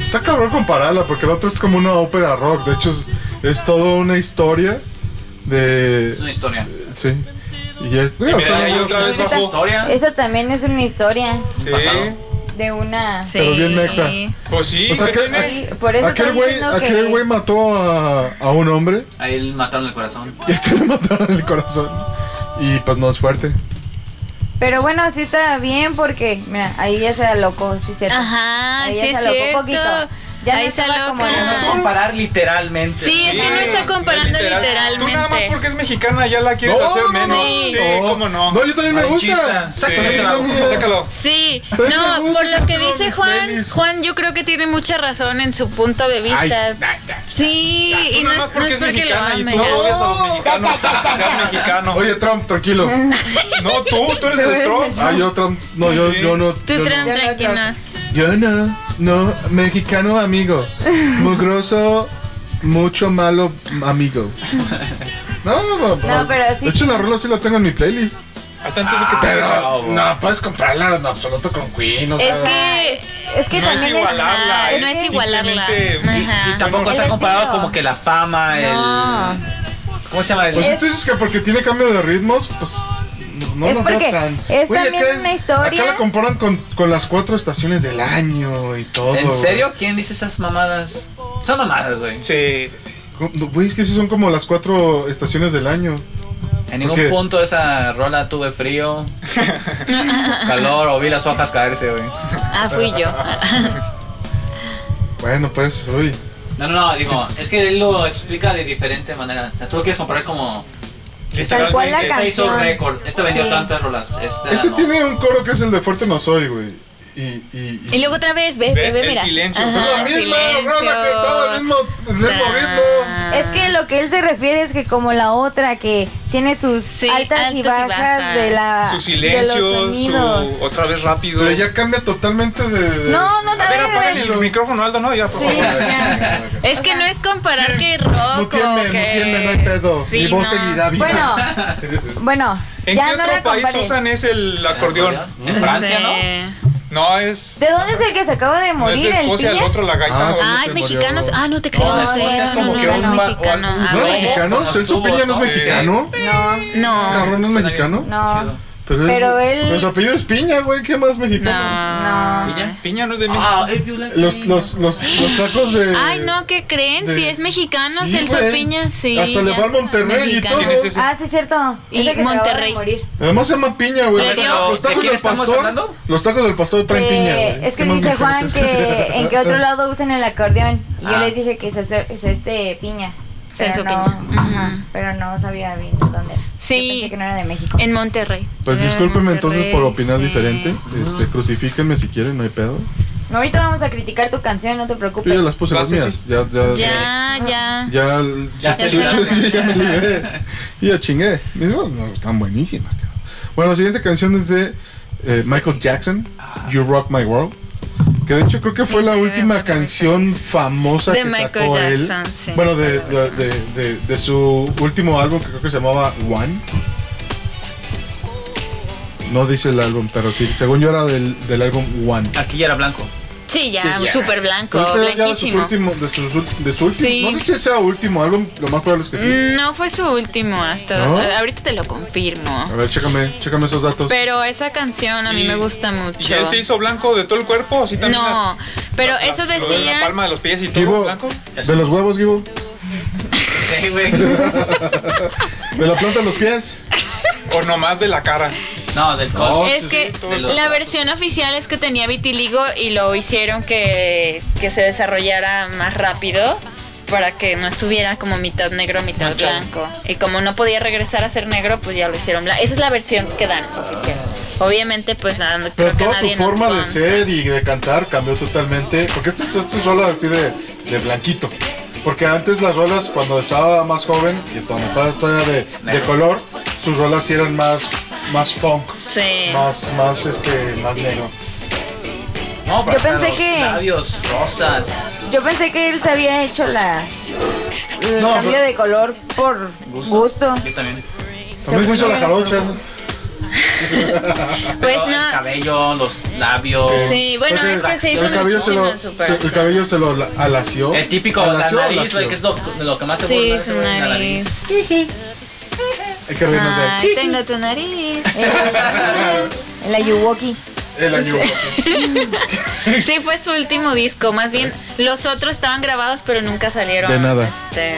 Speaker 3: Está cabrón compararla porque el otro es como una ópera rock. De hecho, es, es toda una historia de.
Speaker 2: Es una historia.
Speaker 3: Sí. Y es.
Speaker 6: Y mira,
Speaker 3: está
Speaker 6: ahí
Speaker 3: bien,
Speaker 6: otra vez
Speaker 2: Esa
Speaker 6: bajó.
Speaker 2: historia.
Speaker 4: Eso también es una historia
Speaker 6: Sí.
Speaker 2: Pasado.
Speaker 4: de una...
Speaker 5: Sí.
Speaker 3: Pero bien mexa.
Speaker 6: Pues sí,
Speaker 3: O sea, que-
Speaker 6: tiene-
Speaker 4: Sí, Por eso
Speaker 3: aquel
Speaker 4: estoy
Speaker 3: güey
Speaker 4: diciendo que...
Speaker 3: aquel güey mató a, a un hombre
Speaker 2: A él mataron el corazón.
Speaker 3: y este le mataron el corazón. Y pues no es fuerte.
Speaker 4: Pero bueno, sí está bien porque, mira, ahí ya se da loco, sí es cierto.
Speaker 5: Ajá,
Speaker 4: Ahí ya
Speaker 5: sí
Speaker 4: se
Speaker 5: es
Speaker 4: alocó
Speaker 5: cierto.
Speaker 4: poquito. Ya
Speaker 5: Ahí
Speaker 4: no
Speaker 5: se
Speaker 4: estaba como
Speaker 5: aloca.
Speaker 4: de-
Speaker 2: Comparar literalmente.
Speaker 5: Sí, es que no está comparando
Speaker 6: literal. Tú nada más
Speaker 5: literalmente.
Speaker 6: porque es mexicana ya la quieres hacer menos.
Speaker 5: sí.
Speaker 6: Sí, cómo no.
Speaker 3: No, yo también me gusta.
Speaker 2: Malinchista.
Speaker 6: Sí,
Speaker 2: Sácalo,
Speaker 3: sácalo.
Speaker 6: sácalo.
Speaker 5: Sí,
Speaker 3: Pero me
Speaker 5: no,
Speaker 3: gusta
Speaker 5: por lo que
Speaker 3: sacar
Speaker 5: dice
Speaker 3: mis
Speaker 5: Juan,
Speaker 3: tenis.
Speaker 5: Juan yo creo que tiene mucha razón en su punto de vista. Sí,
Speaker 6: Ah, Tú
Speaker 5: y no
Speaker 6: nada más
Speaker 5: es, no
Speaker 6: porque
Speaker 5: es
Speaker 6: es
Speaker 5: porque lo
Speaker 6: mexicana y
Speaker 5: ame.
Speaker 6: tú odias a los mexicanos. Seas mexicano.
Speaker 3: Oye, Trump, tranquilo.
Speaker 6: No, tú, tú eres el Trump.
Speaker 3: Ah, yo Trump. No, yo, yo no. yo
Speaker 5: Tú,
Speaker 3: no.
Speaker 5: Tran,
Speaker 4: no,
Speaker 5: tranquila.
Speaker 3: Yo no, no, mexicano amigo. Mugroso, mucho malo amigo. No, no,
Speaker 4: No, pero sí.
Speaker 3: De hecho, la rola sí la tengo en mi playlist.
Speaker 6: Hasta antes de que te veas.
Speaker 3: no, puedes comprarla en absoluto con Queen. O
Speaker 4: Es
Speaker 3: sea,
Speaker 4: que, es que
Speaker 6: No es
Speaker 4: también es...
Speaker 6: igualarla.
Speaker 5: no es
Speaker 6: simplemente
Speaker 5: igualarla.
Speaker 6: un-
Speaker 5: Ajá.
Speaker 6: un-
Speaker 2: Tampoco
Speaker 6: bueno,
Speaker 2: se ha
Speaker 4: El
Speaker 2: comparado
Speaker 4: estilo.
Speaker 2: como que la fama,
Speaker 4: No.
Speaker 2: el. ¿Cómo se llama? El,
Speaker 3: Pues si tú dices que porque tiene cambio de ritmos, pues. no- No,
Speaker 4: Es
Speaker 3: lo veo
Speaker 4: porque
Speaker 3: tan-
Speaker 4: es
Speaker 3: Oye,
Speaker 4: también
Speaker 3: acá
Speaker 4: una historia.
Speaker 3: Acá la comparan con, con las cuatro estaciones del año y todo.
Speaker 2: ¿En serio? ¿Quién dice esas mamadas? Son mamadas, güey.
Speaker 6: Sí, sí, sí.
Speaker 3: No, Güey, es que sí son como las cuatro estaciones del año.
Speaker 2: En ningún
Speaker 3: qué?
Speaker 2: punto de esa rola tuve frío, calor o vi las hojas caerse, güey.
Speaker 5: Ah, fui yo.
Speaker 3: Bueno, pues, uy.
Speaker 2: No, no, no, digo, es que él lo explica de diferente manera. O sea, tú lo quieres comparar como.
Speaker 4: Tal cual la
Speaker 2: esta hizo
Speaker 4: canción.
Speaker 2: récord, esta vendió
Speaker 4: Sí.
Speaker 2: tantas rolas. Esta
Speaker 3: Este
Speaker 2: no.
Speaker 3: tiene un coro que es el de Fuerte No Soy, güey. Y, y, y-
Speaker 5: Y luego otra vez, ve, ve,
Speaker 6: Ve,
Speaker 5: ve,
Speaker 6: el
Speaker 5: mira.
Speaker 6: silencio.
Speaker 5: Ajá,
Speaker 3: Es la misma rola que estaba en el mismo, el mismo
Speaker 5: Ta-
Speaker 3: ritmo.
Speaker 5: Ah.
Speaker 4: Es que lo que él se refiere es que como la otra que tiene sus
Speaker 5: Sí,
Speaker 4: altas y
Speaker 5: altos y
Speaker 4: bajas,
Speaker 5: bajas.
Speaker 4: de la
Speaker 6: Su
Speaker 4: de los
Speaker 6: silencio,
Speaker 4: sonidos.
Speaker 6: su otra vez rápido.
Speaker 3: Pero ya cambia totalmente de. de-
Speaker 4: No, no, no,
Speaker 6: A ver,
Speaker 4: no, no,
Speaker 6: apaguen
Speaker 4: no.
Speaker 6: el micrófono, Aldo, ¿no? Ya, por
Speaker 4: Sí,
Speaker 6: favor.
Speaker 4: ya.
Speaker 5: Es que no es comparar que rock
Speaker 3: Mutíenme,
Speaker 5: o que...
Speaker 3: mutíenme, no hay pedo.
Speaker 5: Sí,
Speaker 3: Mi voz
Speaker 5: no.
Speaker 3: seguirá viva.
Speaker 4: Bueno, bueno,
Speaker 6: ¿En
Speaker 4: ya no
Speaker 6: qué
Speaker 4: la
Speaker 6: otro país
Speaker 4: compares.
Speaker 6: usan es el acordeón?
Speaker 2: En Francia, ¿no?
Speaker 5: Sí.
Speaker 6: No, es.
Speaker 4: ¿De dónde es el que se acaba de
Speaker 6: No es de
Speaker 4: morir el
Speaker 6: Escocia, el
Speaker 4: piña?
Speaker 6: otro, la gaita.
Speaker 3: Ah, sí.
Speaker 5: Ah, es
Speaker 3: se
Speaker 5: mexicano.
Speaker 3: murió.
Speaker 5: Ah, no te creo,
Speaker 4: No,
Speaker 5: no
Speaker 4: no,
Speaker 5: sé.
Speaker 4: es
Speaker 5: No,
Speaker 4: como
Speaker 5: no,
Speaker 4: que
Speaker 5: no,
Speaker 4: un
Speaker 5: es
Speaker 4: ba-
Speaker 5: mexicano. Ah,
Speaker 3: ¿No
Speaker 5: A
Speaker 3: era
Speaker 5: ver.
Speaker 3: mexicano?
Speaker 2: Con
Speaker 3: ¿Celso
Speaker 2: los
Speaker 3: Piña no
Speaker 2: tubos,
Speaker 3: es
Speaker 2: ¿no?
Speaker 3: mexicano?
Speaker 4: No,
Speaker 5: No,
Speaker 3: ¿Cabrón no es mexicano?
Speaker 4: no,
Speaker 3: Pero
Speaker 4: Pero
Speaker 3: él.
Speaker 4: él-
Speaker 3: Pero su apellido es Piña, güey. ¿Qué más mexicano?
Speaker 6: Ah,
Speaker 4: no.
Speaker 2: ¿Piña?
Speaker 6: Piña no es de México.
Speaker 2: Ah, if you like
Speaker 3: Los,
Speaker 2: me.
Speaker 3: los, los, los tacos de.
Speaker 5: Ay, no, ¿qué creen?
Speaker 3: de-
Speaker 5: Si es mexicano,
Speaker 3: Sí,
Speaker 5: Celso
Speaker 3: güey.
Speaker 5: Piña, sí.
Speaker 3: Hasta le
Speaker 5: ya.
Speaker 3: va al Monterrey y
Speaker 5: Mexicano.
Speaker 3: todo.
Speaker 6: ¿Quién es ese?
Speaker 4: Ah, sí, es cierto.
Speaker 5: Y
Speaker 4: Es el que se acaba de
Speaker 5: Monterrey.
Speaker 4: morir.
Speaker 3: Además se llama piña, güey. los
Speaker 5: Pero,
Speaker 2: ¿de
Speaker 3: tacos
Speaker 2: quién
Speaker 3: del
Speaker 2: estamos
Speaker 3: pastor.
Speaker 2: hablando?
Speaker 3: Los tacos del pastor traen
Speaker 4: Que-
Speaker 3: piña, güey.
Speaker 4: es que
Speaker 3: ¿Qué más
Speaker 4: dice Juan
Speaker 3: diferente?
Speaker 4: que en qué otro lado usan el acordeón. Y yo
Speaker 2: Ah.
Speaker 4: les dije que es, hacer- es este piña.
Speaker 5: Celso
Speaker 4: Pero no,
Speaker 5: Piña.
Speaker 4: ajá,
Speaker 5: Ujú.
Speaker 4: pero no sabía bien dónde. Yo
Speaker 5: Sí.
Speaker 4: pensé que no era de México.
Speaker 5: En Monterrey.
Speaker 3: Pues
Speaker 4: Mm,
Speaker 5: Era de
Speaker 3: discúlpenme entonces por
Speaker 5: Monterrey,
Speaker 3: opinar
Speaker 5: sí.
Speaker 3: diferente. Este, crucifíquenme si quieren, no hay pedo.
Speaker 4: Ahorita vamos a criticar tu canción, no te
Speaker 3: Yo
Speaker 4: preocupes.
Speaker 3: ya las puse
Speaker 6: Ah,
Speaker 3: las
Speaker 6: sí,
Speaker 3: mías.
Speaker 6: sí.
Speaker 3: Ya, ya,
Speaker 5: Ya, ya.
Speaker 3: Ya,
Speaker 2: Ya te
Speaker 3: ya, ya me liberé. Y ya chingué. Mis rolas no, están buenísimas, cabrón. Bueno, la siguiente canción es de eh, Michael Jackson, You Rock My World. Que de hecho creo que fue la
Speaker 5: Sí,
Speaker 3: última
Speaker 5: bueno,
Speaker 3: canción
Speaker 5: Michael.
Speaker 3: famosa
Speaker 5: De
Speaker 3: que
Speaker 5: Michael
Speaker 3: sacó
Speaker 5: Jackson,
Speaker 3: él.
Speaker 5: sí.
Speaker 3: Bueno, de, de, de, de- de su último álbum que creo que se llamaba One. No dice el álbum, pero sí. Según yo era del, del álbum One.
Speaker 2: Aquí ya era blanco.
Speaker 5: Sí, ya,
Speaker 3: Sí, ya.
Speaker 5: súper blanco,
Speaker 3: Pero este era ya de sus
Speaker 5: blanquísimo.
Speaker 3: últimos, de sus ulti- de su último,
Speaker 5: Sí.
Speaker 3: no sé si sea último álbum, lo más probable es que sí.
Speaker 5: No fue su último, hasta
Speaker 3: ¿No?
Speaker 5: ahorita te lo confirmo.
Speaker 3: A ver, chécame, chécame esos datos.
Speaker 5: Pero esa canción a mí
Speaker 6: Y-
Speaker 5: me gusta
Speaker 6: ¿Y
Speaker 5: mucho.
Speaker 6: él se hizo blanco de todo el cuerpo? ¿Sí también
Speaker 5: No,
Speaker 6: las-
Speaker 5: pero
Speaker 6: las-
Speaker 5: eso
Speaker 6: las- lo de La
Speaker 5: decía.
Speaker 6: palma de los pies y todo
Speaker 3: Gibo,
Speaker 6: blanco.
Speaker 3: de los huevos, Gibo.
Speaker 2: Sí, güey.
Speaker 3: De la planta de los pies.
Speaker 6: O nomás de la cara.
Speaker 5: Ah,
Speaker 2: No, del
Speaker 3: No,
Speaker 2: cos.
Speaker 5: Es que
Speaker 2: de los-
Speaker 5: la versión oficial es que tenía vitiligo y lo hicieron que, que se desarrollara más rápido para que no estuviera como mitad negro, mitad
Speaker 2: Manchado.
Speaker 5: blanco. Y como no podía regresar a ser negro, pues ya lo hicieron blanco. Esa es la versión que dan oficial. Obviamente, pues nada, no,
Speaker 3: Pero
Speaker 5: creo que
Speaker 3: toda su
Speaker 5: nadie nos
Speaker 3: forma de
Speaker 5: consta.
Speaker 3: ser y de cantar cambió totalmente. Porque esta esta es su rola así de, de blanquito. Porque antes las rolas, cuando estaba más joven, y cuando estaba todavía de, de
Speaker 2: Negro.
Speaker 3: color, sus rolas sí eran más más funk,
Speaker 5: Sí.
Speaker 3: más, más, este, más negro.
Speaker 2: No, pero
Speaker 4: Yo pensé
Speaker 2: los
Speaker 4: que-
Speaker 2: Labios, rosas.
Speaker 4: Yo pensé que él se había hecho la el
Speaker 2: No,
Speaker 4: cambio
Speaker 2: pero-
Speaker 4: de color por gusto.
Speaker 2: Yo también.
Speaker 3: También se hizo la jarocha.
Speaker 5: Pues
Speaker 2: Pero El
Speaker 5: no.
Speaker 2: cabello, los labios.
Speaker 5: Sí, bueno, es que se hizo
Speaker 3: Eh, El
Speaker 5: una
Speaker 3: cabello se lo,
Speaker 5: china super.
Speaker 3: se- el cabello se lo la- alació.
Speaker 2: El típico, la
Speaker 3: Alació,
Speaker 2: nariz,
Speaker 3: alació.
Speaker 2: güey, que es lo, de lo que más se
Speaker 5: Sí,
Speaker 2: burla,
Speaker 5: su
Speaker 2: güey, la
Speaker 5: nariz.
Speaker 3: Hay que reírnos de
Speaker 5: Ay, tengo tu nariz.
Speaker 4: En la Yuwoki.
Speaker 3: El año.
Speaker 5: Sí, fue su último disco. Más bien, los otros estaban grabados, pero nunca salieron.
Speaker 3: De nada.
Speaker 5: Este,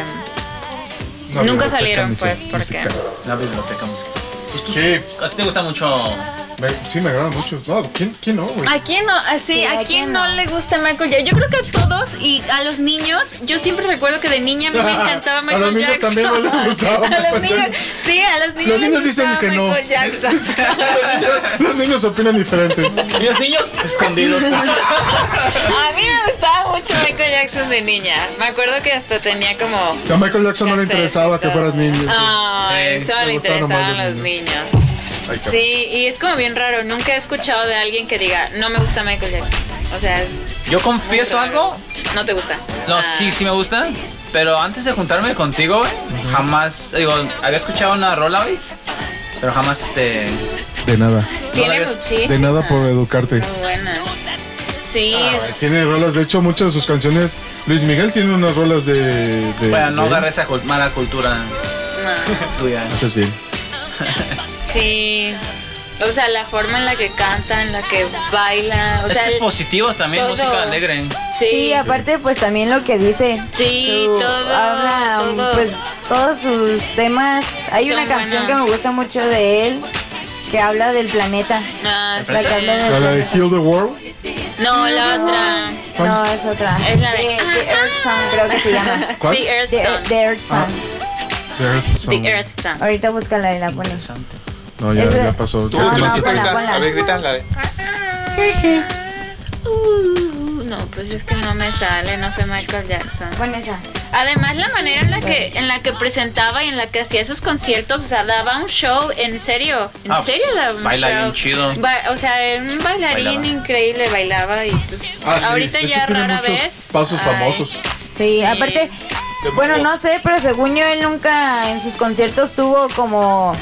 Speaker 3: No,
Speaker 5: nunca
Speaker 3: biblioteca
Speaker 5: salieron,
Speaker 3: music-
Speaker 5: pues, porque.
Speaker 3: musical.
Speaker 2: La biblioteca musical. Pues tú-
Speaker 3: Sí.
Speaker 2: A ti te gusta mucho.
Speaker 3: Me- sí, me agrada mucho. No, ¿quién, quién no, güey?
Speaker 5: ¿A quién no? Así,
Speaker 4: Sí,
Speaker 5: ¿a, quién, no? le gusta Michael Jackson? Yo creo que a todos y a los niños. Yo siempre recuerdo que de niña a mí me encantaba
Speaker 3: A
Speaker 5: Michael
Speaker 3: los niños
Speaker 5: Jackson.
Speaker 3: también no les gustaba
Speaker 5: a los
Speaker 3: Michael
Speaker 5: niños, sí, a los niños.
Speaker 3: Los niños
Speaker 5: les
Speaker 3: dicen
Speaker 5: gustaba
Speaker 3: que no.
Speaker 5: Michael Jackson.
Speaker 3: Los niños opinan diferente.
Speaker 2: ¿Y los niños? Escondidos.
Speaker 5: a mí me gustaba mucho Michael Jackson de niña. Me acuerdo que hasta tenía como.
Speaker 3: A Michael Jackson no le
Speaker 5: cassettes
Speaker 3: interesaba
Speaker 5: y
Speaker 3: que
Speaker 5: todo.
Speaker 3: fueras niño.
Speaker 5: Ah. Ay,
Speaker 2: Sí,
Speaker 5: solo
Speaker 3: me
Speaker 5: le
Speaker 3: gustaron
Speaker 5: interesaban
Speaker 3: más
Speaker 5: los
Speaker 3: los
Speaker 5: niños.
Speaker 3: Ay, cabrón.
Speaker 5: Sí, y es como bien raro. Nunca he escuchado de alguien que diga, no me gusta Michael Jackson. O sea, es.
Speaker 2: Yo confieso algo.
Speaker 5: No te gusta.
Speaker 2: No,
Speaker 5: Ah.
Speaker 2: sí, sí me gusta. Pero antes de juntarme contigo, güey, jamás. Digo, había escuchado una rola, güey. Pero jamás este.
Speaker 3: De nada.
Speaker 5: Tiene
Speaker 2: Todavía-
Speaker 5: muchísimo.
Speaker 3: De nada por educarte.
Speaker 5: Muy buena. Sí,
Speaker 2: Ah,
Speaker 5: es-
Speaker 3: Tiene rolas, de hecho, muchas de sus canciones. Luis Miguel tiene unas rolas de. de
Speaker 2: Bueno, no
Speaker 3: de-
Speaker 2: agarré esa cul- mala cultura
Speaker 5: no,
Speaker 2: tuya.
Speaker 3: Haces bien.
Speaker 5: sí. O sea, la forma en la que canta, en la que baila. O
Speaker 2: Es
Speaker 5: sea,
Speaker 2: que es positivo también,
Speaker 5: todo.
Speaker 2: música alegre.
Speaker 5: sí.
Speaker 4: Sí, aparte pues también lo que dice.
Speaker 5: Sí, todo,
Speaker 4: Habla um,
Speaker 5: todo.
Speaker 4: pues todos sus temas. Hay
Speaker 5: Son
Speaker 4: una canción que
Speaker 5: buenos.
Speaker 4: me gusta mucho de él que habla del planeta.
Speaker 5: Ah,
Speaker 4: La que habla
Speaker 5: sí.
Speaker 4: del
Speaker 3: La de
Speaker 4: planeta.
Speaker 3: Heal the World.
Speaker 5: No, la otra.
Speaker 4: No, es otra.
Speaker 5: Es la de-
Speaker 4: The, The Earth Song creo que se llama.
Speaker 3: ¿Cuál?
Speaker 5: Sí, Earth
Speaker 4: The,
Speaker 5: Song.
Speaker 4: The Earth Song.
Speaker 3: The Earth Song.
Speaker 5: The Earth Song.
Speaker 4: Ahorita búscala y la pones.
Speaker 3: No, ya,
Speaker 4: Ese-
Speaker 3: ya
Speaker 5: Ah,
Speaker 3: pasó.
Speaker 6: Tú,
Speaker 3: Ya
Speaker 4: No,
Speaker 3: pasó.
Speaker 6: tú
Speaker 4: no,
Speaker 6: lo hiciste
Speaker 4: ponla,
Speaker 6: gritar.
Speaker 4: ponla.
Speaker 6: A ver, gritan la de.
Speaker 5: Uh, no, pues es que no me sale, no sé Michael Jackson.
Speaker 4: Pon esa.
Speaker 5: Además, la manera en la que en la que presentaba y en la que hacía sus conciertos, o sea, daba un show, en serio, en
Speaker 2: Ah,
Speaker 5: serio daba un
Speaker 2: baila
Speaker 5: show.
Speaker 2: bien chido.
Speaker 5: Ba- o sea, era un bailarín
Speaker 2: Bailaba.
Speaker 5: increíble, bailaba y pues
Speaker 3: Ah, sí,
Speaker 5: ahorita
Speaker 3: es que
Speaker 5: ya
Speaker 3: tiene
Speaker 5: rara
Speaker 3: muchos
Speaker 5: vez.
Speaker 3: Pasos
Speaker 5: Ay,
Speaker 3: famosos.
Speaker 4: Sí,
Speaker 5: Sí.
Speaker 4: aparte, bueno, no sé, pero según yo, él nunca en sus conciertos tuvo como,